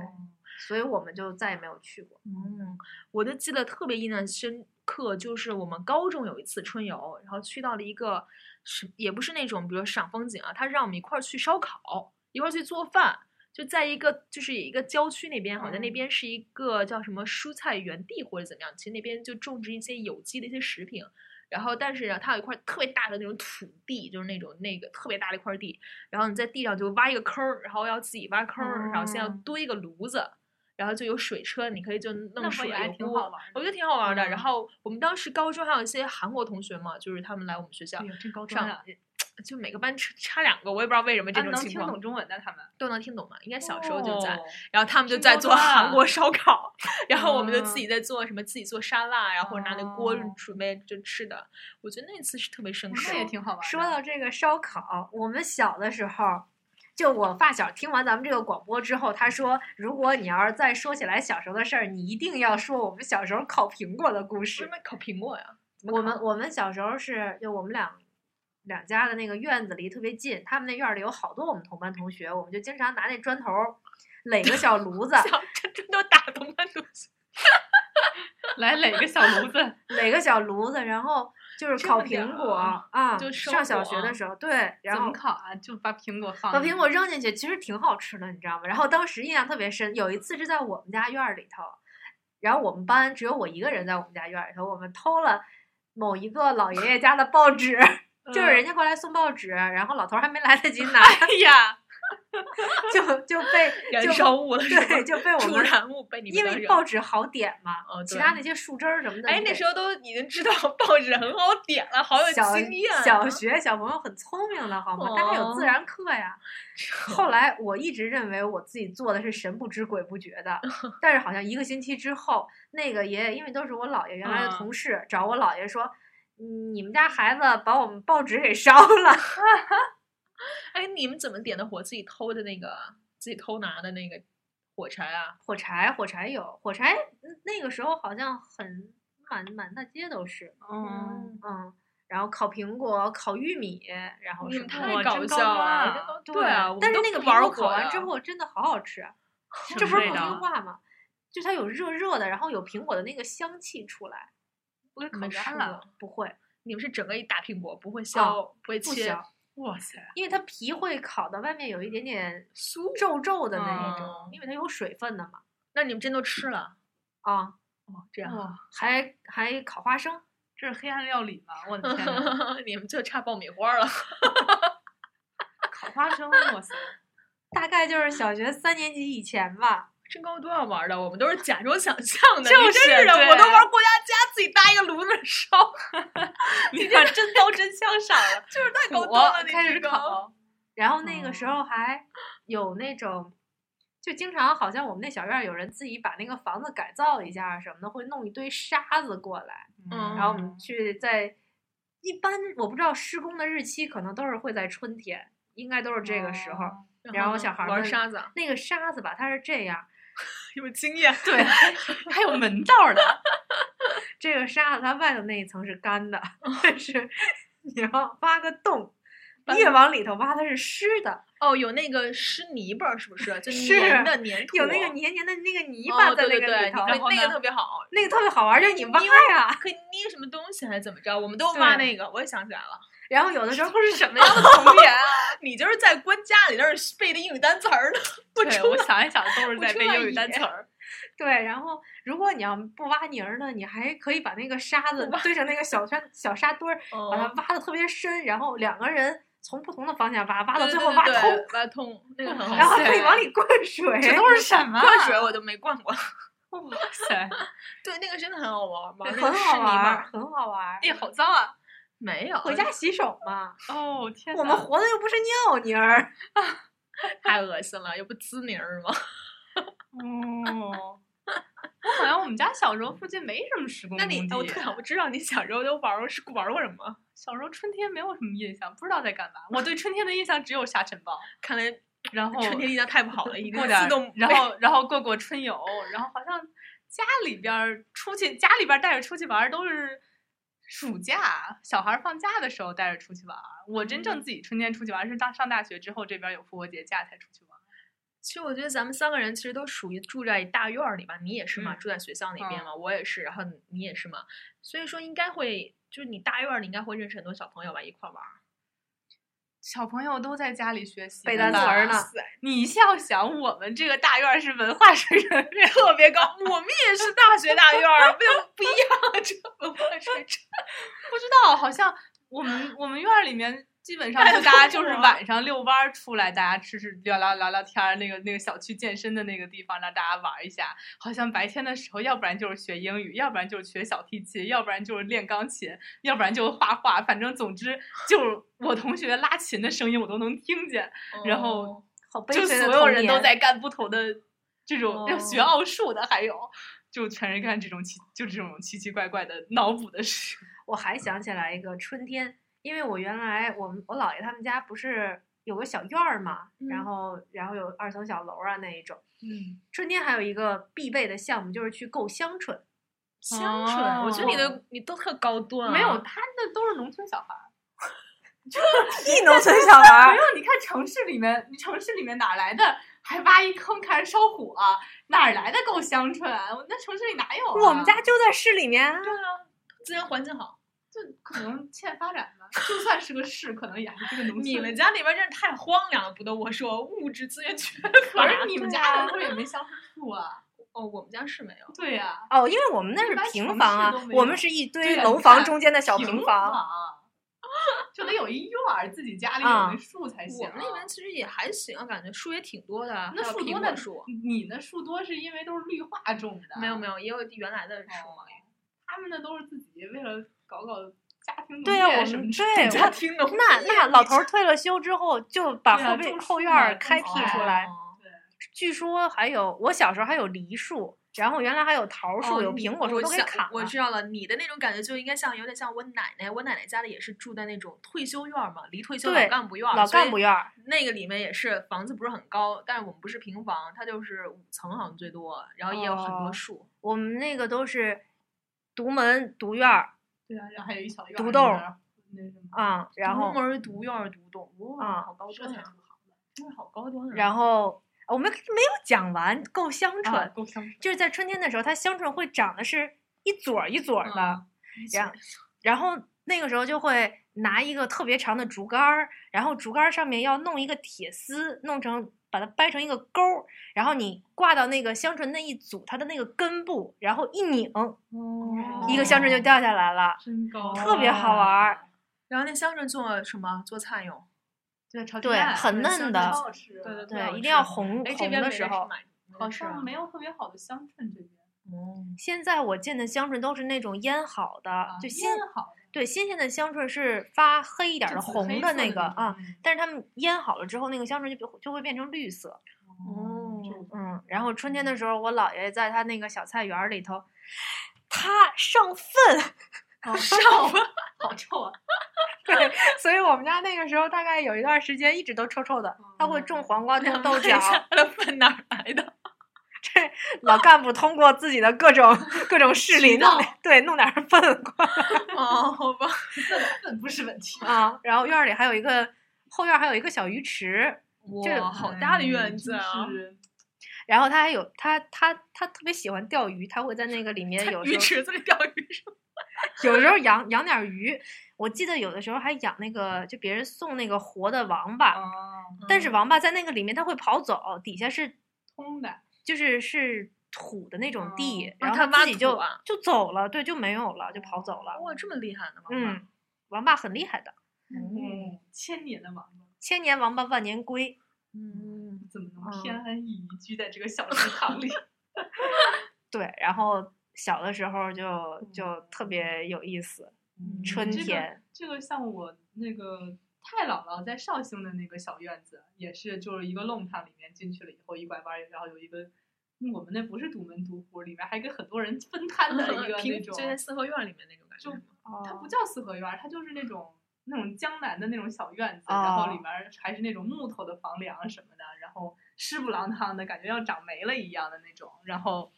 Speaker 2: 所以我们就再也没有去过。
Speaker 4: 嗯，我就记得特别印象深刻，就是我们高中有一次春游，然后去到了一个是也不是那种，比如赏风景啊，他是让我们一块儿去烧烤，一块儿去做饭，就在一个就是一个郊区那边，好像那
Speaker 3: 嗯
Speaker 4: 边是一个叫什么蔬菜园地或者怎么样，其实那边就种植一些有机的一些食品。然后，但是呢，啊它有一块特别大的那种土地，就是那种那个特别大的一块地，然后你在地上就挖一个坑儿，然后要自己挖坑儿，然后先要
Speaker 3: 哦
Speaker 4: 堆一个炉子，然后就有水车，你可以就弄
Speaker 3: 那
Speaker 4: 水
Speaker 3: 我也还
Speaker 4: 有
Speaker 3: 挺
Speaker 4: 锅
Speaker 3: 好玩
Speaker 4: 我
Speaker 3: 的。
Speaker 4: 觉得挺好玩儿的。然
Speaker 3: 嗯
Speaker 4: 后我们当时高中还有一些韩国同学嘛，就是他们来我们学校
Speaker 3: 哎呦，真高端
Speaker 4: 上
Speaker 3: 啊！，
Speaker 2: 嗯
Speaker 4: 就每个班差差两个，我也不知道为什么这
Speaker 3: 啊
Speaker 4: 种
Speaker 3: 能
Speaker 4: 情
Speaker 3: 听
Speaker 4: 况、
Speaker 3: 懂中文的他们，
Speaker 4: 都能听懂嘛。应该小时候就在，
Speaker 3: 哦
Speaker 4: 然后他们就
Speaker 3: 真
Speaker 4: 在
Speaker 3: 高
Speaker 4: 做
Speaker 3: 端
Speaker 4: 韩
Speaker 3: 啊
Speaker 4: 国烧烤， 然后我们就自
Speaker 3: 嗯
Speaker 4: 己在做什么自己做沙拉呀，或者拿那锅
Speaker 3: 哦
Speaker 4: 准备就吃的。我觉得那次是特别深刻，
Speaker 3: 那也挺好玩的。
Speaker 2: 说到这个烧烤，我们小的时候。就我发小听完咱们这个广播之后，他说：“如果你要是再说起来小时候的事儿，你一定要说我们小时候烤苹果的故
Speaker 4: 为什
Speaker 2: 事。
Speaker 4: 么烤苹果 呀？”怎么
Speaker 2: 我
Speaker 4: 烤
Speaker 2: 们我们小时候是就我们两两家的那个院子离特别近，他们那院儿里有好多我们同班同学，我们就经常拿那砖头儿垒个小炉子，
Speaker 4: 小这这都打动了东西。
Speaker 3: 来垒个小炉子，
Speaker 2: 垒个小炉子，然后就是
Speaker 4: 这
Speaker 2: 烤
Speaker 4: 么点
Speaker 2: 苹
Speaker 4: 儿
Speaker 2: 果
Speaker 4: 啊
Speaker 2: 啊。
Speaker 4: 就生
Speaker 2: 上小学
Speaker 4: 火
Speaker 2: 的时候，对，然
Speaker 3: 怎么
Speaker 2: 后
Speaker 3: 烤啊？就把苹果放
Speaker 2: 把
Speaker 3: 进
Speaker 2: 苹
Speaker 3: 去
Speaker 2: 果扔进去，其实挺好吃的，你知道吗？然后当时印象特别深，有一次是在我们家院儿里头，然后我们班只有我一个人在我们家院儿里头，我们偷了某一个老爷爷 呃家的报纸，就是人家过来送报纸，然后老头儿还没来得及拿，
Speaker 4: 嗯 哎呀，
Speaker 2: 就就被
Speaker 4: 燃
Speaker 2: 就
Speaker 4: 烧物了是吧
Speaker 2: 对，就 被我
Speaker 4: 助
Speaker 2: 们
Speaker 4: 燃物被你们
Speaker 2: 因
Speaker 4: 当
Speaker 2: 为
Speaker 4: 成
Speaker 2: 报纸好点嘛，
Speaker 4: 哦
Speaker 2: 其
Speaker 4: 对
Speaker 2: 他那些树枝儿什么的，
Speaker 4: 哎，
Speaker 2: 你
Speaker 4: 那
Speaker 2: 得
Speaker 4: 时候都已经知道报纸很好点了，好有
Speaker 2: 小
Speaker 4: 经验啊。
Speaker 2: 小学小朋友很聪明的好吗？他还有自
Speaker 4: 哦
Speaker 2: 然课呀。后来我一直认为我自己做的是神不知鬼不觉 的，但是好像一个星期之后，那个爷爷因为都是我姥爷原来的
Speaker 4: 嗯
Speaker 2: 同事，找我姥爷说。嗯你们家孩子把我们报纸给烧了，
Speaker 4: 哎，你们怎么点的火？自己偷的那个，自己偷拿的那个火柴啊？
Speaker 2: 火柴，火柴有火柴，嗯那个时候好像很满满大街都是，
Speaker 4: 哦
Speaker 3: 嗯，
Speaker 2: 嗯，然后烤苹果、烤玉米，然后
Speaker 4: 你
Speaker 2: 什
Speaker 4: 们
Speaker 2: 么
Speaker 4: 嗯太
Speaker 2: 的
Speaker 3: 哇
Speaker 4: 搞
Speaker 3: 真
Speaker 4: 笑
Speaker 3: 高端
Speaker 4: 了！真高对啊，我们
Speaker 2: 但是
Speaker 4: 都
Speaker 2: 那个
Speaker 4: 不
Speaker 2: 苹
Speaker 4: 玩
Speaker 2: 果
Speaker 4: 火
Speaker 2: 烤完
Speaker 4: 呀
Speaker 2: 之，后真的好好吃 啊，
Speaker 3: 什
Speaker 2: 这
Speaker 3: 么
Speaker 2: 不是
Speaker 3: 味
Speaker 2: 普
Speaker 3: 道
Speaker 2: 通话吗？就它有热热的，然后有苹果的那个香气出来。
Speaker 3: 我给烤
Speaker 4: 没吃
Speaker 3: 干
Speaker 4: 过
Speaker 3: 了。。
Speaker 2: 不会，
Speaker 4: 你们是整个一大苹果，不会削，不会
Speaker 2: 哦不
Speaker 4: 切，
Speaker 2: 香，
Speaker 3: 哇塞，
Speaker 2: 因为它皮会烤到外面有一点点
Speaker 4: 酥。
Speaker 2: 皱皱的那一种，
Speaker 3: 嗯
Speaker 4: 哦
Speaker 2: 因为它有水分的嘛。
Speaker 4: 那你们真都吃了？
Speaker 2: 啊，
Speaker 4: 哦，这样啊。
Speaker 3: 哇，
Speaker 2: 还还烤花生，
Speaker 3: 这是黑暗料理吗？我的天 呐，
Speaker 2: 嗯
Speaker 4: 你们就差爆米花了，
Speaker 3: 烤花生，哇塞，
Speaker 2: 大概就是小学三年级以前吧。
Speaker 4: 真高端啊玩的，我们都是假装想象的，
Speaker 3: 就是
Speaker 4: 你真是的，
Speaker 3: 对
Speaker 4: 我都玩过家家，自己搭一个炉子烧，
Speaker 3: 你看真刀真枪上了，
Speaker 4: 就是太高
Speaker 3: 我
Speaker 4: 端了，
Speaker 2: 开
Speaker 4: 你
Speaker 2: 始
Speaker 4: 这个
Speaker 2: 烤，然后那个时
Speaker 3: 哦
Speaker 2: 候还有那种，就经常好像我们那小院儿有人自己把那个房子改造一下什么的，会弄一堆沙子过来，
Speaker 4: 嗯
Speaker 2: 然后我们去在一般我不知道施工的日期可能都是会在春天，应该都是这个时候。
Speaker 3: 哦
Speaker 2: 然后
Speaker 4: 呢
Speaker 2: 小孩儿
Speaker 4: 玩
Speaker 2: 们
Speaker 4: 沙子啊，
Speaker 2: 那个沙子吧，它是这样，
Speaker 4: 有经验，
Speaker 3: 对， 还有门道的，
Speaker 2: 这个沙子它外头那一层是干的，但 是你要挖个洞，
Speaker 4: 哦把
Speaker 2: 越
Speaker 4: 它
Speaker 2: 往里头挖它是湿的，
Speaker 4: 哦，有那个湿泥巴儿是不是？就
Speaker 2: 是
Speaker 4: 粘的粘土，
Speaker 2: 有那个黏黏的那个泥
Speaker 4: 泥
Speaker 2: 巴在那
Speaker 4: 对对
Speaker 2: 个
Speaker 4: 对，
Speaker 2: 里
Speaker 4: 你
Speaker 2: 头，
Speaker 4: 可以
Speaker 3: 然后
Speaker 4: 那个
Speaker 3: 呢
Speaker 4: 特别好，
Speaker 2: 那个特别好玩，就是你挖
Speaker 4: 因
Speaker 2: 呀，
Speaker 4: 可以捏什么东西还是怎么着？我们都
Speaker 2: 对
Speaker 4: 挖那个，我也想起来了，
Speaker 2: 然后有的时 候是什么
Speaker 4: 你 要童年啊，你就是在关家里那儿背的英语单词儿呢，不
Speaker 3: 对
Speaker 4: 出
Speaker 3: 我想一想都是
Speaker 4: 不
Speaker 3: 在
Speaker 4: 出
Speaker 3: 背
Speaker 4: 来
Speaker 3: 英语单
Speaker 4: 也
Speaker 3: 词儿，
Speaker 2: 对，然后如果你要不挖泥儿呢，你还可以把那个沙子堆成那个小山小沙堆儿，把它
Speaker 4: 哦
Speaker 2: 挖的特别深，然后两个人从不同的方向挖，挖到
Speaker 4: 对
Speaker 2: 最
Speaker 4: 对
Speaker 2: 后挖
Speaker 4: 对对
Speaker 2: 通，嗯
Speaker 4: 挖通，那个很好
Speaker 2: 然后
Speaker 4: 笑。
Speaker 2: 还可以往里灌水，
Speaker 3: 这都是什么？啊
Speaker 4: 灌水我都没灌过，
Speaker 3: 哇塞，
Speaker 4: 对，那个真的很好玩儿，玩
Speaker 2: 对
Speaker 4: 那
Speaker 2: 很
Speaker 4: 个
Speaker 2: 好
Speaker 4: 湿泥
Speaker 2: 玩
Speaker 4: 巴
Speaker 2: 儿，
Speaker 4: 儿，
Speaker 2: 很好玩儿。
Speaker 3: 哎，好脏啊！
Speaker 4: 没有，
Speaker 2: 回家洗手嘛，
Speaker 3: 哦天哪，
Speaker 2: 我们活的又不是尿泥儿。
Speaker 4: 太恶心了，又不滋泥儿吗？
Speaker 3: 哦，我好像我们家小时候附近没什么施工
Speaker 4: 那
Speaker 3: 工
Speaker 4: 你
Speaker 3: 地，
Speaker 4: 哎我特想知道你小时候都玩儿过是玩儿过什么？
Speaker 3: 小时候春天没有什么印象，不知道在干嘛。我对春天的印象只有沙尘暴，
Speaker 4: 看来
Speaker 3: 然后
Speaker 4: 春天印象太不好了，已经
Speaker 3: 过点
Speaker 4: 自
Speaker 3: 儿
Speaker 4: 动，
Speaker 3: 然后然后过过春游，然后好像家里边儿出去，家里边儿带着出去玩儿都是暑假，小孩儿放假的时候带着出去玩儿。我真
Speaker 4: 嗯
Speaker 3: 正自己春天出去玩儿是当上大学之后，这边儿有复活节假才出去玩儿。
Speaker 4: 其实我觉得咱们三个人其实都属于住在大院儿里吧，你也是嘛，
Speaker 3: 嗯
Speaker 4: 住在学校里边嘛，我也是，然后你也是嘛，所以说应该会，就是你大院儿里应该会认识很多小朋友吧，一块儿玩儿。
Speaker 3: 小朋友都在家里学习
Speaker 2: 背
Speaker 3: 的
Speaker 2: 单词
Speaker 3: 吧
Speaker 2: 儿呢
Speaker 4: 哇塞
Speaker 3: 你要想我们这个大院儿是文化水准 特别高，
Speaker 4: 我们也是大学大院儿，不不一样，这文化水准。
Speaker 3: 不知道，好像我们我们院儿里面基本上
Speaker 4: 哎
Speaker 3: 就大家
Speaker 4: 都
Speaker 3: 就是是
Speaker 4: 我
Speaker 3: 晚上遛弯儿出来，大家吃吃聊聊聊聊天儿，那个那个小区健身的那个地方让大家玩儿一下。好像白天的时候，要不然就是学英语，要不然就是学小提琴，要不然就是练钢琴，要不然就是画画。反正总之就是我同学拉琴的声音我都能听见，然后
Speaker 2: 好悲
Speaker 3: 就
Speaker 2: 催的
Speaker 3: 所
Speaker 2: 童
Speaker 3: 有人都
Speaker 2: 年
Speaker 3: 在干不同的这种要学
Speaker 4: 哦
Speaker 3: 奥数的，还有就全是干这种奇就这种奇奇怪怪的脑补的事。
Speaker 2: 我还想起来一个春天，因为我原来我们我姥爷他们家不是有个小院儿嘛，
Speaker 4: 嗯
Speaker 2: 然后然后有二层小楼啊那一种。
Speaker 3: 嗯，
Speaker 2: 春天还有一个必备的项目就是去够香椿，
Speaker 4: 香椿，我觉得你
Speaker 3: 哦
Speaker 4: 的你都特高端、啊，
Speaker 3: 没有，他那都是农村小孩儿。
Speaker 2: 一农村小
Speaker 4: 啊
Speaker 2: 孩
Speaker 3: 没有，你看城市里面，你城市里面哪来的还挖一坑开始烧火、哪儿来的够香椿啊？我那城市里哪有、啊？
Speaker 2: 我们家就在市里面啊。
Speaker 4: 自然环境好。
Speaker 3: 就可能欠发展吧，就算是个市，可能也还是个农村。
Speaker 4: 你们家那边真是太荒凉了，不得不说，物质资源缺乏
Speaker 3: 可。是你们
Speaker 2: 对
Speaker 3: 家
Speaker 2: 啊
Speaker 3: 那不是也没香椿树啊？
Speaker 4: 哦，我们家是没有。
Speaker 3: 对呀、
Speaker 2: 哦，因为我们那
Speaker 3: 一般
Speaker 2: 是平
Speaker 3: 城
Speaker 2: 房
Speaker 3: 市
Speaker 2: 啊
Speaker 3: 都，没
Speaker 2: 我
Speaker 3: 有
Speaker 2: 们是一
Speaker 3: 对
Speaker 2: 堆
Speaker 3: 呀
Speaker 2: 楼
Speaker 3: 你
Speaker 2: 房
Speaker 3: 看
Speaker 2: 中间的小
Speaker 3: 平
Speaker 2: 房，
Speaker 3: 房 就得有一院儿，自己家里有
Speaker 2: 啊
Speaker 3: 那树才
Speaker 4: 我
Speaker 3: 行啊、
Speaker 4: 们那边其实也还行，感觉树也挺多的，
Speaker 3: 那
Speaker 4: 还有
Speaker 3: 树
Speaker 4: 苹
Speaker 3: 多
Speaker 4: 果
Speaker 3: 呢
Speaker 4: 树
Speaker 3: 你那树多是因为都是绿化种的，
Speaker 4: 没有没有，也有原来的树
Speaker 3: 嗯哦
Speaker 4: 嘛。
Speaker 3: 他们那都是自己为了搞搞家庭农
Speaker 2: 对呀，我
Speaker 3: 业什么
Speaker 2: 们
Speaker 3: 之
Speaker 2: 对
Speaker 3: 类的
Speaker 2: 我
Speaker 4: 庭农
Speaker 2: 那那老头儿退了休之后，就把
Speaker 3: 对啊
Speaker 2: 后背
Speaker 3: 种
Speaker 2: 后
Speaker 3: 树
Speaker 2: 院
Speaker 3: 嘛
Speaker 2: 儿
Speaker 3: 种
Speaker 2: 开辟
Speaker 3: 草啊哦
Speaker 2: 出
Speaker 3: 呀
Speaker 2: 来。
Speaker 3: 对
Speaker 2: 据说还有我小时候还有梨树，然后原来还有桃树、
Speaker 4: 哦
Speaker 2: 有
Speaker 4: 你
Speaker 2: 苹果树
Speaker 4: 我
Speaker 2: 都给
Speaker 4: 想
Speaker 2: 砍
Speaker 4: 我
Speaker 2: 了。
Speaker 4: 知道了，你的那种感觉就应该像有点像我奶奶，我奶奶家里也是住在那种退休院儿嘛，离退休
Speaker 2: 对
Speaker 4: 老干部院儿，
Speaker 2: 老
Speaker 4: 所以
Speaker 2: 干部院儿，
Speaker 4: 那个里面也是房子不是很高，但是我们不是平房，它就是五层好像最多，然后也有很
Speaker 2: 哦
Speaker 4: 多树。
Speaker 2: 我们那个都是独门独院儿
Speaker 3: 对啊，然后还有一小院儿
Speaker 2: 独
Speaker 3: 里
Speaker 2: 栋
Speaker 3: 边儿那什么，
Speaker 2: 啊、然
Speaker 4: 独
Speaker 2: 后
Speaker 4: 门儿独院儿独栋，哇、
Speaker 2: 啊
Speaker 4: 好高
Speaker 3: 这
Speaker 4: 端
Speaker 3: 才
Speaker 4: 啊！
Speaker 3: 是
Speaker 4: 哇，好
Speaker 3: 好
Speaker 4: 高端啊！
Speaker 2: 然后我们没有讲完，够香
Speaker 3: 的，
Speaker 2: 椿、
Speaker 3: 啊够香椿
Speaker 2: 就是在春天的时候，它香椿会长的是一撮儿一撮儿的，
Speaker 4: 嗯
Speaker 2: 然然后那个时候就会拿一个特别长的竹竿儿，然后竹竿儿上面要弄一个铁丝，弄成把它掰成一个钩儿，然后你挂到那个香椿那一组它的那个根部，然后一拧，
Speaker 3: 哦
Speaker 2: 一个香椿就掉下来了，
Speaker 3: 真高，
Speaker 2: 特别好玩儿。
Speaker 4: 啊然后那香椿做什么？做菜用。
Speaker 3: 对，炒鸡
Speaker 2: 对，
Speaker 3: 蛋
Speaker 2: 很
Speaker 4: 对香
Speaker 2: 嫩
Speaker 4: 椿
Speaker 2: 的
Speaker 3: 超，好吃，
Speaker 4: 对对
Speaker 2: 对，
Speaker 4: 好
Speaker 2: 一定要
Speaker 4: 吃
Speaker 2: 红
Speaker 4: 哎，这
Speaker 2: 红
Speaker 4: 边
Speaker 2: 的
Speaker 4: 没
Speaker 2: 时
Speaker 4: 人去
Speaker 2: 候。
Speaker 4: 买
Speaker 3: 好
Speaker 4: 是啊
Speaker 3: 像没有特别好的香椿这边，
Speaker 4: 嗯
Speaker 2: 现在我见的香椿都是那种腌好的，
Speaker 3: 啊
Speaker 2: 就新
Speaker 3: 腌好
Speaker 2: 对新鲜的香椿是发黑一点儿
Speaker 3: 就
Speaker 2: 的
Speaker 3: 紫
Speaker 2: 红
Speaker 3: 黑
Speaker 2: 的
Speaker 3: 色
Speaker 2: 那
Speaker 3: 的
Speaker 2: 个
Speaker 3: 那
Speaker 2: 啊，
Speaker 3: 种嗯
Speaker 2: 但是他们腌好了之后，那个香椿就就会变成绿色。
Speaker 3: 哦 这种
Speaker 2: 嗯，然后春天的时候，我姥爷在他那个小菜园儿里头，他上粪，
Speaker 3: 哦，臭，好臭啊！
Speaker 2: 对，所以我们家那个时候大概有一段时间一直都臭臭
Speaker 3: 哦
Speaker 2: 的。他会种黄 瓜、 种豆角，
Speaker 4: 它的粪哪儿来的？
Speaker 2: 这老干部通过自己的各种各种势力
Speaker 3: 渠
Speaker 2: 弄
Speaker 3: 道
Speaker 2: 点，对，弄点儿粪 过来
Speaker 4: 哦，好吧，
Speaker 3: 粪不是问 题，
Speaker 2: 啊。然后院儿里还有一个后院儿还有一个小鱼池，这
Speaker 4: 哇，好
Speaker 2: 嗯
Speaker 4: 大的院子啊
Speaker 3: 真！是
Speaker 2: 然后他还有他他他特别喜欢钓鱼，他会在那个里面
Speaker 4: 在
Speaker 2: 有
Speaker 4: 鱼
Speaker 2: 时候
Speaker 4: 池子里钓鱼是吗？
Speaker 2: 有时候养养点儿鱼，我记得有的时候还养那个，就别人送那个活的王八，
Speaker 3: 哦，
Speaker 2: 但是王八在那个里面它会跑走，底下是
Speaker 3: 通的，
Speaker 2: 就是是土的那种地，
Speaker 4: 啊
Speaker 2: 然后
Speaker 4: 它
Speaker 2: 它
Speaker 4: 挖
Speaker 2: 自己就、
Speaker 4: 土啊哦
Speaker 2: 就走了，对，就没有了，就跑走 了。
Speaker 4: 哇，这么厉害呢，王八
Speaker 2: 嗯，王八很厉害的，
Speaker 3: 嗯，千年的王八。
Speaker 2: 千年王八万年龟。
Speaker 4: 嗯，
Speaker 3: 怎么
Speaker 2: 嗯
Speaker 3: 能偏安一隅居在这个小池塘里？
Speaker 2: 对，然后小的时候就
Speaker 4: 嗯
Speaker 2: 就特别有意思，春
Speaker 3: 嗯这个
Speaker 2: 天。
Speaker 3: 这个像我那个太姥姥在绍兴的那个小院子，也是就是一个弄堂里面进去了以后，一拐弯儿，然后有一个。嗯我们那不是独门独户，里面还跟很多人分摊的一个 那
Speaker 4: 平
Speaker 3: 种
Speaker 4: 就，在四合院里面那种感觉
Speaker 3: 就。它
Speaker 2: 哦
Speaker 3: 不叫四合院儿，它就是那种那种江南的那种小院子，
Speaker 2: 哦
Speaker 3: 然后里面儿还是那种木头的房梁什么的，然后湿不浪荡的感觉要长霉了一样的那种，然后。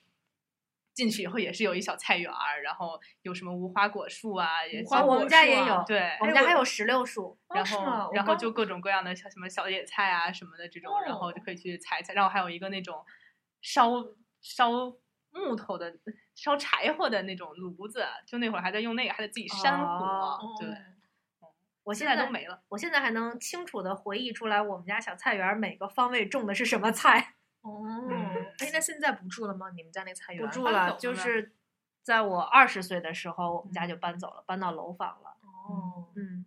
Speaker 3: 进去以后也是有一小菜园儿，然后有什么无花果树啊，也
Speaker 4: 花
Speaker 3: 小
Speaker 2: 哦我
Speaker 3: 果
Speaker 2: 们家
Speaker 4: 树
Speaker 2: 也
Speaker 4: 啊
Speaker 2: 有，
Speaker 3: 对
Speaker 2: 我，们
Speaker 4: 哎
Speaker 2: 家
Speaker 4: 我
Speaker 2: 还有石榴树。
Speaker 4: 哦
Speaker 3: 然
Speaker 4: 是
Speaker 3: 后、
Speaker 4: 吗我
Speaker 3: 然后
Speaker 4: 刚
Speaker 3: 就各种各样的小什么小野菜啊什么的这种，然后
Speaker 4: 哦
Speaker 3: 就可以去采采。然后还有一个那种烧烧木头的、烧柴火的那种炉子，就那会儿还在用那个，还得自己扇火。
Speaker 2: 哦
Speaker 3: 对，
Speaker 2: 我
Speaker 3: 现
Speaker 2: 现
Speaker 3: 在
Speaker 2: 在
Speaker 3: 都没了。
Speaker 2: 我现在还能清楚的回忆出来我们家小菜园儿每个方位种的是什么菜。
Speaker 4: 哦，哎，那现在不住了吗？你们家那菜园
Speaker 2: 不住
Speaker 3: 搬
Speaker 2: 了，
Speaker 3: 走
Speaker 2: 就
Speaker 3: 了
Speaker 2: 是在我二十岁的时候，我们家就搬走了，搬到楼房了。
Speaker 4: 哦，
Speaker 2: 嗯，啊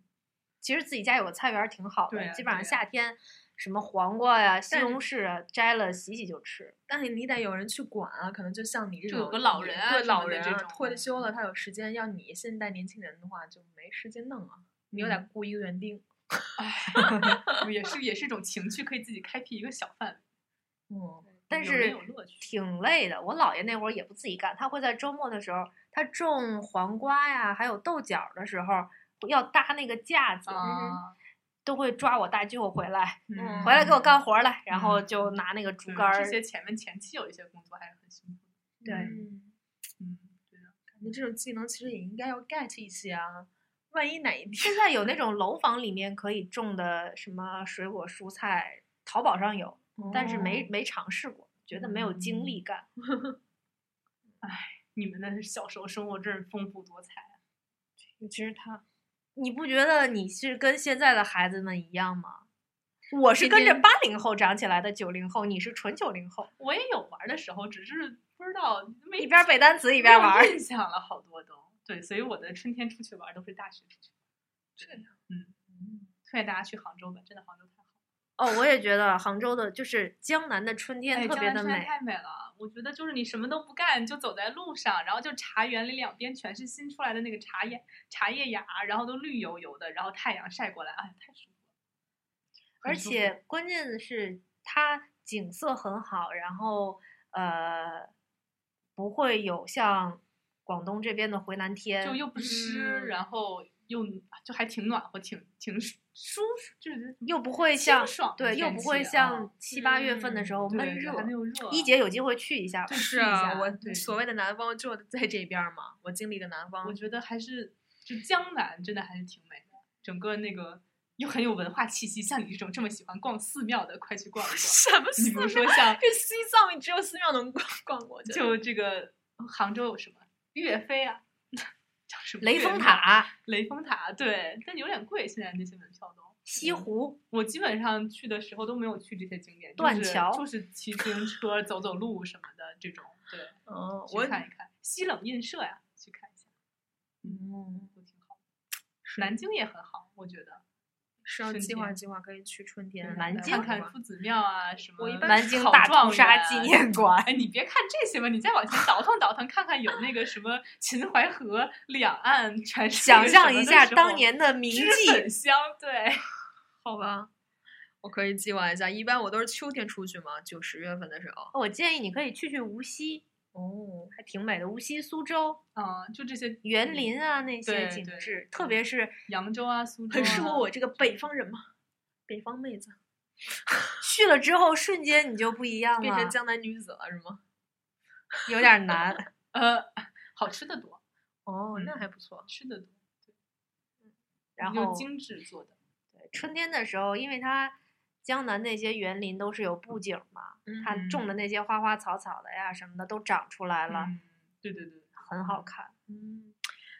Speaker 2: 其实自己家有个菜园儿挺好的，
Speaker 3: 对呀
Speaker 2: 基本上
Speaker 3: 对呀
Speaker 2: 夏天什么黄瓜呀、西
Speaker 4: 但是
Speaker 2: 红柿啊，摘了洗洗就吃。
Speaker 4: 但是你得有人去管啊，可能就像你这
Speaker 3: 就
Speaker 4: 种
Speaker 3: 有个老人啊
Speaker 4: 对
Speaker 3: 什
Speaker 4: 老
Speaker 3: 么的
Speaker 4: 人
Speaker 3: 这
Speaker 4: 啊
Speaker 3: 种
Speaker 4: 退了休了，他有时间。要你现代年轻人的话，就没时间弄啊，你又得雇一个园丁。
Speaker 3: 嗯也是也是一种情趣，可以自己开辟一个小范
Speaker 4: 嗯，
Speaker 3: 围，
Speaker 2: 但
Speaker 3: 有人
Speaker 2: 是
Speaker 3: 有乐趣。
Speaker 2: 挺累的，我姥爷那会儿也不自己干，他会在周末的时候，他种黄瓜呀，还有豆角儿的时候，要搭那个架子，
Speaker 3: 啊，
Speaker 2: 都会抓我大舅回来，
Speaker 4: 嗯
Speaker 2: 回来给我干活儿来，然后
Speaker 3: 嗯
Speaker 2: 就拿那个竹
Speaker 3: 对
Speaker 2: 竿儿
Speaker 3: 这，些前面前期有一些工作还是很辛苦的。
Speaker 2: 对
Speaker 4: 嗯
Speaker 3: 嗯，
Speaker 4: 感觉这种技能其实也应该要 get 一些啊，万一哪一天。
Speaker 2: 现在有那种楼房里面可以种的什么水果蔬菜，淘宝上有，
Speaker 3: 哦
Speaker 2: 但是没没尝试过，觉得没有经历干。
Speaker 3: 你们的小时候生活真是丰富多彩啊。
Speaker 2: 其实他，你不觉得你是跟现在的孩子们一样吗？我是
Speaker 4: 天
Speaker 2: 跟着
Speaker 4: 天
Speaker 2: 八零后长起来的九零后，你是纯九零后，
Speaker 3: 我也有玩的时候，只是不知道没
Speaker 2: 一边背单词一
Speaker 3: 一
Speaker 2: 边玩儿。
Speaker 3: 印象了好多都对，所以我的春天出去玩儿都是大学出去玩儿。这样，嗯，推荐大家去杭州吧，真的杭州太好 了。
Speaker 2: 哦，我也觉得杭州的，就是江南的春天
Speaker 3: 哎，
Speaker 2: 特
Speaker 3: 江
Speaker 2: 别
Speaker 3: 南
Speaker 2: 的
Speaker 3: 实在
Speaker 2: 美。
Speaker 3: 太美了！我觉得就是你什么都不干，就走在路上，然后就茶园里两边全是新出来的那个茶叶茶叶芽，然后都绿油油的，然后太阳晒过来，哎，太舒服了。
Speaker 2: 而
Speaker 4: 嗯
Speaker 3: 很舒服
Speaker 2: 且关键是它景色很好，然后呃不会有像广东这边的回南天，
Speaker 3: 就又不湿，
Speaker 4: 嗯
Speaker 3: 然后又啊就还挺暖和，挺挺舒舒服，就是
Speaker 2: 又不会
Speaker 3: 清
Speaker 2: 像
Speaker 3: 爽的
Speaker 2: 对又
Speaker 3: 天
Speaker 2: 不会
Speaker 3: 气啊
Speaker 2: 像七八月份的时候
Speaker 4: 嗯
Speaker 3: 嗯对
Speaker 2: 闷热
Speaker 3: 还。没有热。
Speaker 2: 一姐有机会去一下吧
Speaker 3: 对，
Speaker 4: 是
Speaker 3: 试一
Speaker 4: 啊，
Speaker 3: 下
Speaker 4: 我
Speaker 3: 对
Speaker 4: 所谓的南方就在这边儿嘛，我经历的南
Speaker 3: 我
Speaker 4: 方，
Speaker 3: 觉得还是就江南真的还是挺美的，整个那个又很有文化气息。像你这种这么喜欢逛寺庙的，快去逛 一逛。
Speaker 4: 什么
Speaker 3: 你
Speaker 4: 寺
Speaker 3: 比如
Speaker 4: 庙？
Speaker 3: 说像
Speaker 4: 这西藏只有寺庙能逛逛过，我觉得
Speaker 3: 就这个杭州有什么岳飞啊， 叫什么
Speaker 2: 雷
Speaker 3: 岳
Speaker 2: 峰
Speaker 3: 庙、
Speaker 2: 塔、
Speaker 3: 雷峰塔，对，但有点贵，现在那些门票都。
Speaker 2: 西湖，
Speaker 3: 我基本上去的时候都没有去这些景点，
Speaker 2: 断
Speaker 3: 就是
Speaker 2: 桥
Speaker 3: 就是骑自行车、走走路什么的这种。对，
Speaker 4: 哦，
Speaker 3: 去
Speaker 4: 我
Speaker 3: 看一看西冷印社呀、去看一下，
Speaker 4: 嗯，
Speaker 3: 都挺好。南京也很好，我觉得。
Speaker 4: 是要
Speaker 3: 春
Speaker 4: 计划
Speaker 3: 天
Speaker 4: 计划，可以去春天
Speaker 2: 南
Speaker 4: 的
Speaker 2: 京
Speaker 4: 话
Speaker 3: 看看夫子庙啊什么。
Speaker 4: 我一般
Speaker 2: 南
Speaker 4: 是
Speaker 2: 京
Speaker 3: 考
Speaker 2: 大
Speaker 3: 状
Speaker 2: 屠杀
Speaker 3: 元
Speaker 2: 纪 念馆，
Speaker 3: 哎，你别看这些吧，你再往前倒腾倒腾，看看有那个什么秦淮河两岸 全是
Speaker 2: 想
Speaker 3: 那个
Speaker 2: 象
Speaker 3: 什么
Speaker 2: 一
Speaker 3: 的
Speaker 2: 下
Speaker 3: 时
Speaker 2: 当
Speaker 3: 候
Speaker 2: 年 的名
Speaker 3: 脂
Speaker 2: 妓。
Speaker 3: 粉香，对，
Speaker 4: 好吧，我可以计划一下。一般我都是秋天出去嘛，九十月份的时候。
Speaker 2: 哦我建议你可以去去无锡，
Speaker 4: 哦，
Speaker 2: 还挺美的。无锡、苏州、
Speaker 3: 嗯，就这些
Speaker 2: 园林啊那些
Speaker 3: 对
Speaker 2: 景
Speaker 3: 对
Speaker 2: 致，特
Speaker 3: 嗯
Speaker 2: 别是
Speaker 3: 扬州啊、苏州、啊，
Speaker 4: 很适合我这个北方人嘛，北方妹子
Speaker 2: 去了之后，瞬间你就不一样
Speaker 4: 变
Speaker 2: 了
Speaker 4: 成，江南女子了是吗？
Speaker 2: 有点 难。
Speaker 3: 呃，好吃的多，
Speaker 4: 哦
Speaker 3: 嗯
Speaker 4: 那还不错。
Speaker 3: 吃的多，
Speaker 2: 然
Speaker 3: 就
Speaker 2: 后
Speaker 3: 精致做的，
Speaker 2: 春天的时候，因为它江南那些园林都是有布景嘛，
Speaker 4: 嗯
Speaker 2: 它种的那些花花草草的呀什么的都长出来了，
Speaker 3: 嗯，对对对，
Speaker 2: 很好看。
Speaker 4: 嗯，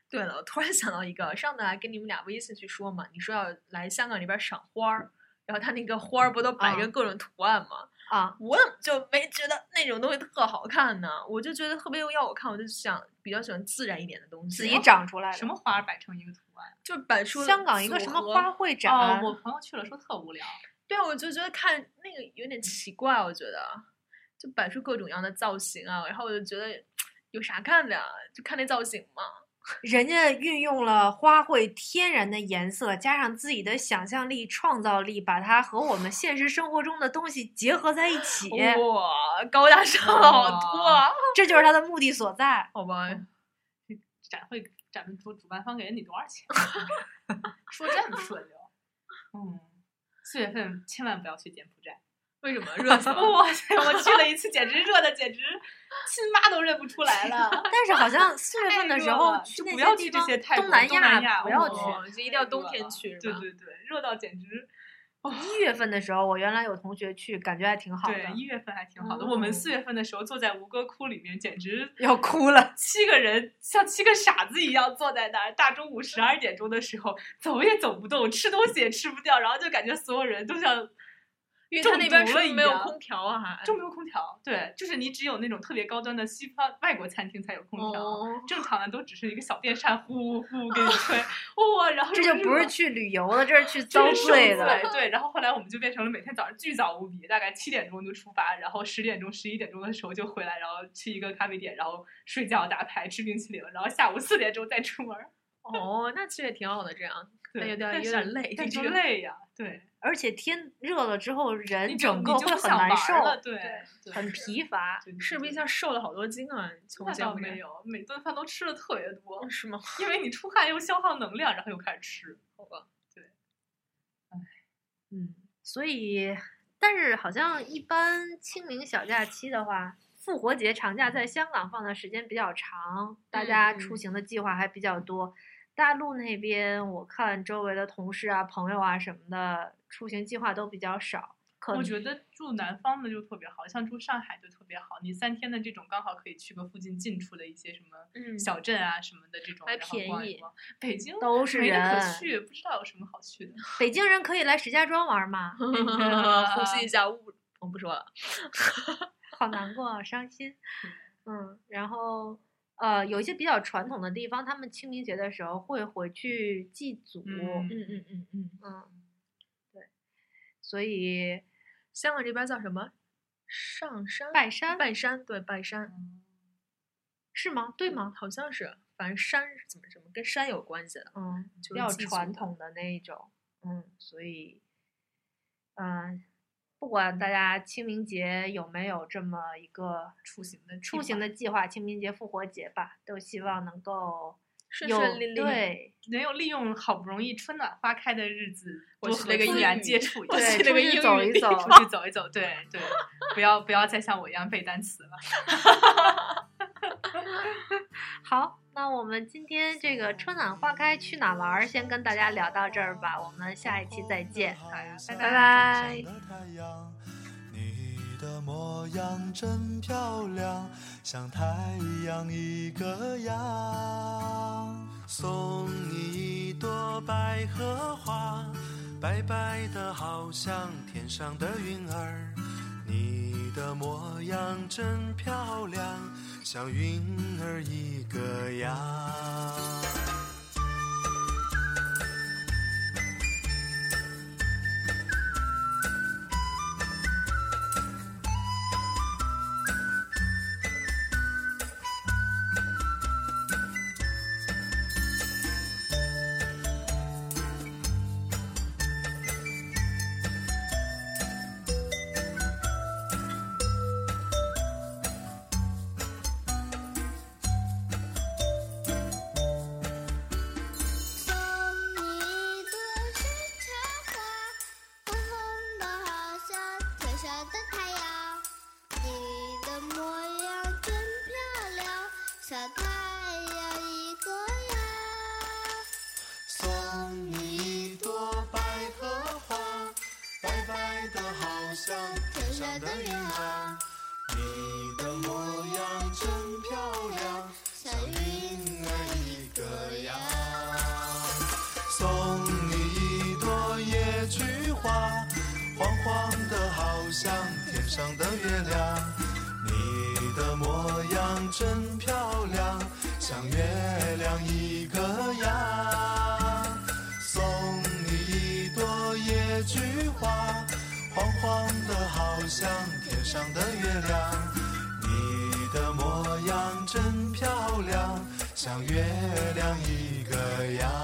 Speaker 4: 对了，我突然想到一个，上次还跟你们俩微信去说嘛，你说要来香港这边赏花儿，然后他那个花儿不都摆
Speaker 2: 啊
Speaker 4: 着各种图案吗？
Speaker 2: 啊，
Speaker 4: 我怎么就没觉得那种东西特好看呢？我就觉得特别要我看，我就想比较喜欢自然一点的东西。
Speaker 2: 自
Speaker 4: 哦
Speaker 2: 己长出来
Speaker 3: 什
Speaker 2: 的。
Speaker 3: 么花儿摆成一个图案？
Speaker 4: 就摆出
Speaker 2: 香港一个
Speaker 4: 组
Speaker 2: 什么
Speaker 4: 合
Speaker 2: 花卉展，
Speaker 3: 哦，我朋友去了说特无聊，
Speaker 4: 对啊，我就啊觉得看那个有点奇怪，我觉得就摆出各种样的造型啊，然后我就觉得有啥看的、啊，就看那造型嘛。
Speaker 2: 人家运用了花卉天然的颜色，加上自己的想象力、创造力，把它和我们现实生活中的东西结合在一起，
Speaker 4: 哇，高大上好多啊！
Speaker 2: 这就是它的目的所 在。
Speaker 4: 好吧，
Speaker 3: 展会展会主主办方给了你多少钱？啊 说这么顺 溜，嗯，四月份千万不要去柬 埔寨。
Speaker 4: 为什么 热死了？
Speaker 3: 哇塞！我去了一次，简直热的简直亲妈都认不出来了。
Speaker 2: 但是好像四月份的时候
Speaker 3: 太热了
Speaker 2: 去
Speaker 3: 就
Speaker 2: 那
Speaker 3: 不要
Speaker 2: 地
Speaker 3: 去这
Speaker 2: 方
Speaker 3: 些泰国、
Speaker 2: 东
Speaker 3: 南
Speaker 2: 亚
Speaker 3: 亚，
Speaker 2: 不要
Speaker 3: 哦
Speaker 2: 去。
Speaker 4: 哦就一定要冬天去是
Speaker 3: 对
Speaker 4: 吧
Speaker 3: 对对，热到简直。
Speaker 2: 一月份的时候，我原来有同学去，感觉还挺好
Speaker 3: 对，
Speaker 2: 的，
Speaker 3: 一月份还挺好的。我们
Speaker 2: 哦
Speaker 3: 四月份的时候坐在吴哥窟里面，简直
Speaker 2: 要哭了。
Speaker 3: 七个人像七个傻子一样坐在那儿。大中午十二点钟的时候，走也走不动，吃东西也吃不掉，然后就感觉所有人都像
Speaker 4: 因为他那边是不是没有
Speaker 3: 中毒了一样
Speaker 4: 空调啊，
Speaker 2: 哎
Speaker 4: 还
Speaker 3: 就没有空调。对，就是你只有那种特别高端的西方外国餐厅才有空调。
Speaker 4: 哦，
Speaker 3: 正常的都只是一个小电扇呼呼呼给你 吹，哇、然后
Speaker 2: 这就
Speaker 3: 热
Speaker 2: 不是去旅游的，这是去
Speaker 3: 就
Speaker 2: 遭
Speaker 3: 是受
Speaker 2: 罪
Speaker 3: 罪
Speaker 2: 的。
Speaker 3: 对。然后后来我们就变成了每天早上巨早无比，大概七点钟就出发，然后十点钟、十一点钟的时候就回来，然后去一个咖啡店，然后睡觉、打牌、吃冰淇淋，然后下午四点钟再出门儿。
Speaker 4: 哦，那其实也挺好的，这样
Speaker 3: 对，
Speaker 4: 那有点
Speaker 3: 但
Speaker 4: 有
Speaker 3: 是
Speaker 4: 点累，
Speaker 3: 但
Speaker 4: 这
Speaker 3: 是
Speaker 4: 个
Speaker 3: 累呀，对，
Speaker 2: 而且天热了之后，人
Speaker 3: 你
Speaker 2: 整个
Speaker 3: 就你就
Speaker 2: 会
Speaker 3: 不
Speaker 2: 很
Speaker 3: 想
Speaker 2: 难
Speaker 3: 玩
Speaker 2: 受
Speaker 3: 儿，了，对，对
Speaker 2: 很 疲乏。
Speaker 3: 对对
Speaker 4: 是不是一
Speaker 3: 对
Speaker 4: 下瘦了好多斤啊？从
Speaker 3: 那
Speaker 4: 柬
Speaker 3: 倒
Speaker 4: 埔寨
Speaker 3: 没有，每顿饭都吃的特别多
Speaker 4: 哦， 是吗？
Speaker 3: 因为你出汗又消耗能量，然后又开始吃。
Speaker 4: 好吧，
Speaker 2: 嗯，所以，但是好像一般清明小假期的话，复活节长假在香港放的时间比较长，大家
Speaker 4: 嗯
Speaker 2: 出行的计划还比较多。大陆那边，我看周围的同事啊、朋友啊什么的，出行计划都比较少。可
Speaker 3: 我
Speaker 2: 能
Speaker 3: 觉得住南方的就特别好，像住上海就特别好。你三天的这种刚好可以去个附近近处的一些什么
Speaker 4: 嗯
Speaker 3: 小镇啊什么的这种，
Speaker 4: 还
Speaker 3: 然后逛
Speaker 4: 便
Speaker 3: 一
Speaker 4: 宜，
Speaker 3: 逛。北京
Speaker 2: 都是
Speaker 3: 没得可
Speaker 2: 人
Speaker 3: 去，不知道有什么好去的。
Speaker 2: 北京人可以来石家庄玩嘛
Speaker 4: 呼吸一下雾，我不说了。
Speaker 2: 好难过啊，伤心。嗯，然后呃，有一些比较传统的地方，他们清明节的时候会回去祭祖。
Speaker 3: 嗯
Speaker 4: 嗯嗯嗯嗯，
Speaker 2: 嗯所以
Speaker 4: 香港这边叫什么？上山
Speaker 2: 拜山
Speaker 4: 拜山对拜山，
Speaker 2: 是吗？对吗？
Speaker 4: 嗯好像是，反正山是怎么怎么跟山有关系的，
Speaker 2: 嗯，
Speaker 4: 就是
Speaker 2: 比较
Speaker 4: 祭祖
Speaker 2: 传
Speaker 4: 的
Speaker 2: 统的那一种，嗯，所以，嗯，不管大家清明节有没有这么一个
Speaker 4: 出行的
Speaker 2: 出行的计划，清明节、复活节吧，都希望能够
Speaker 4: 顺
Speaker 2: 有
Speaker 4: 顺利利。，
Speaker 2: 对
Speaker 3: 能有利用好不容易春暖花开的日子，
Speaker 4: 我
Speaker 3: 多
Speaker 4: 去
Speaker 3: 和
Speaker 4: 那个
Speaker 3: 自
Speaker 4: 英
Speaker 3: 然
Speaker 4: 语
Speaker 3: 接触一下，
Speaker 2: 对
Speaker 3: 去那
Speaker 2: 出
Speaker 3: 个
Speaker 2: 去
Speaker 3: 英
Speaker 2: 走
Speaker 3: 语
Speaker 2: 一
Speaker 3: 里
Speaker 2: 走
Speaker 3: 出去走一走，对对，不要不要再像我一样背单词了。
Speaker 2: 好，那我们今天这个春暖花开去哪玩儿，先跟大家聊到这儿吧，我们下一期再见。
Speaker 1: 好
Speaker 3: 呀
Speaker 1: 像
Speaker 3: 拜
Speaker 2: 拜
Speaker 1: 天上的太阳。你的模样真漂亮，像太阳一个样。送你一朵百合花，白白的，好像天上的云儿。你的模样真漂亮，像云儿一个样。
Speaker 5: 送你一朵山茶花，红红的，好像天上的太阳。你的模样真漂亮，像太阳一个样。
Speaker 1: 送你一朵百合花，白白的，好像天上的云儿。你的模样真漂亮，
Speaker 5: 像云儿一个样。
Speaker 1: 送你一朵野菊花，黄黄的，好像天上的月亮。你的模样真漂亮，像月亮一个样。送你一朵野菊花，黄黄的，好像天上的月亮。你的模样真漂亮，像月亮一个样。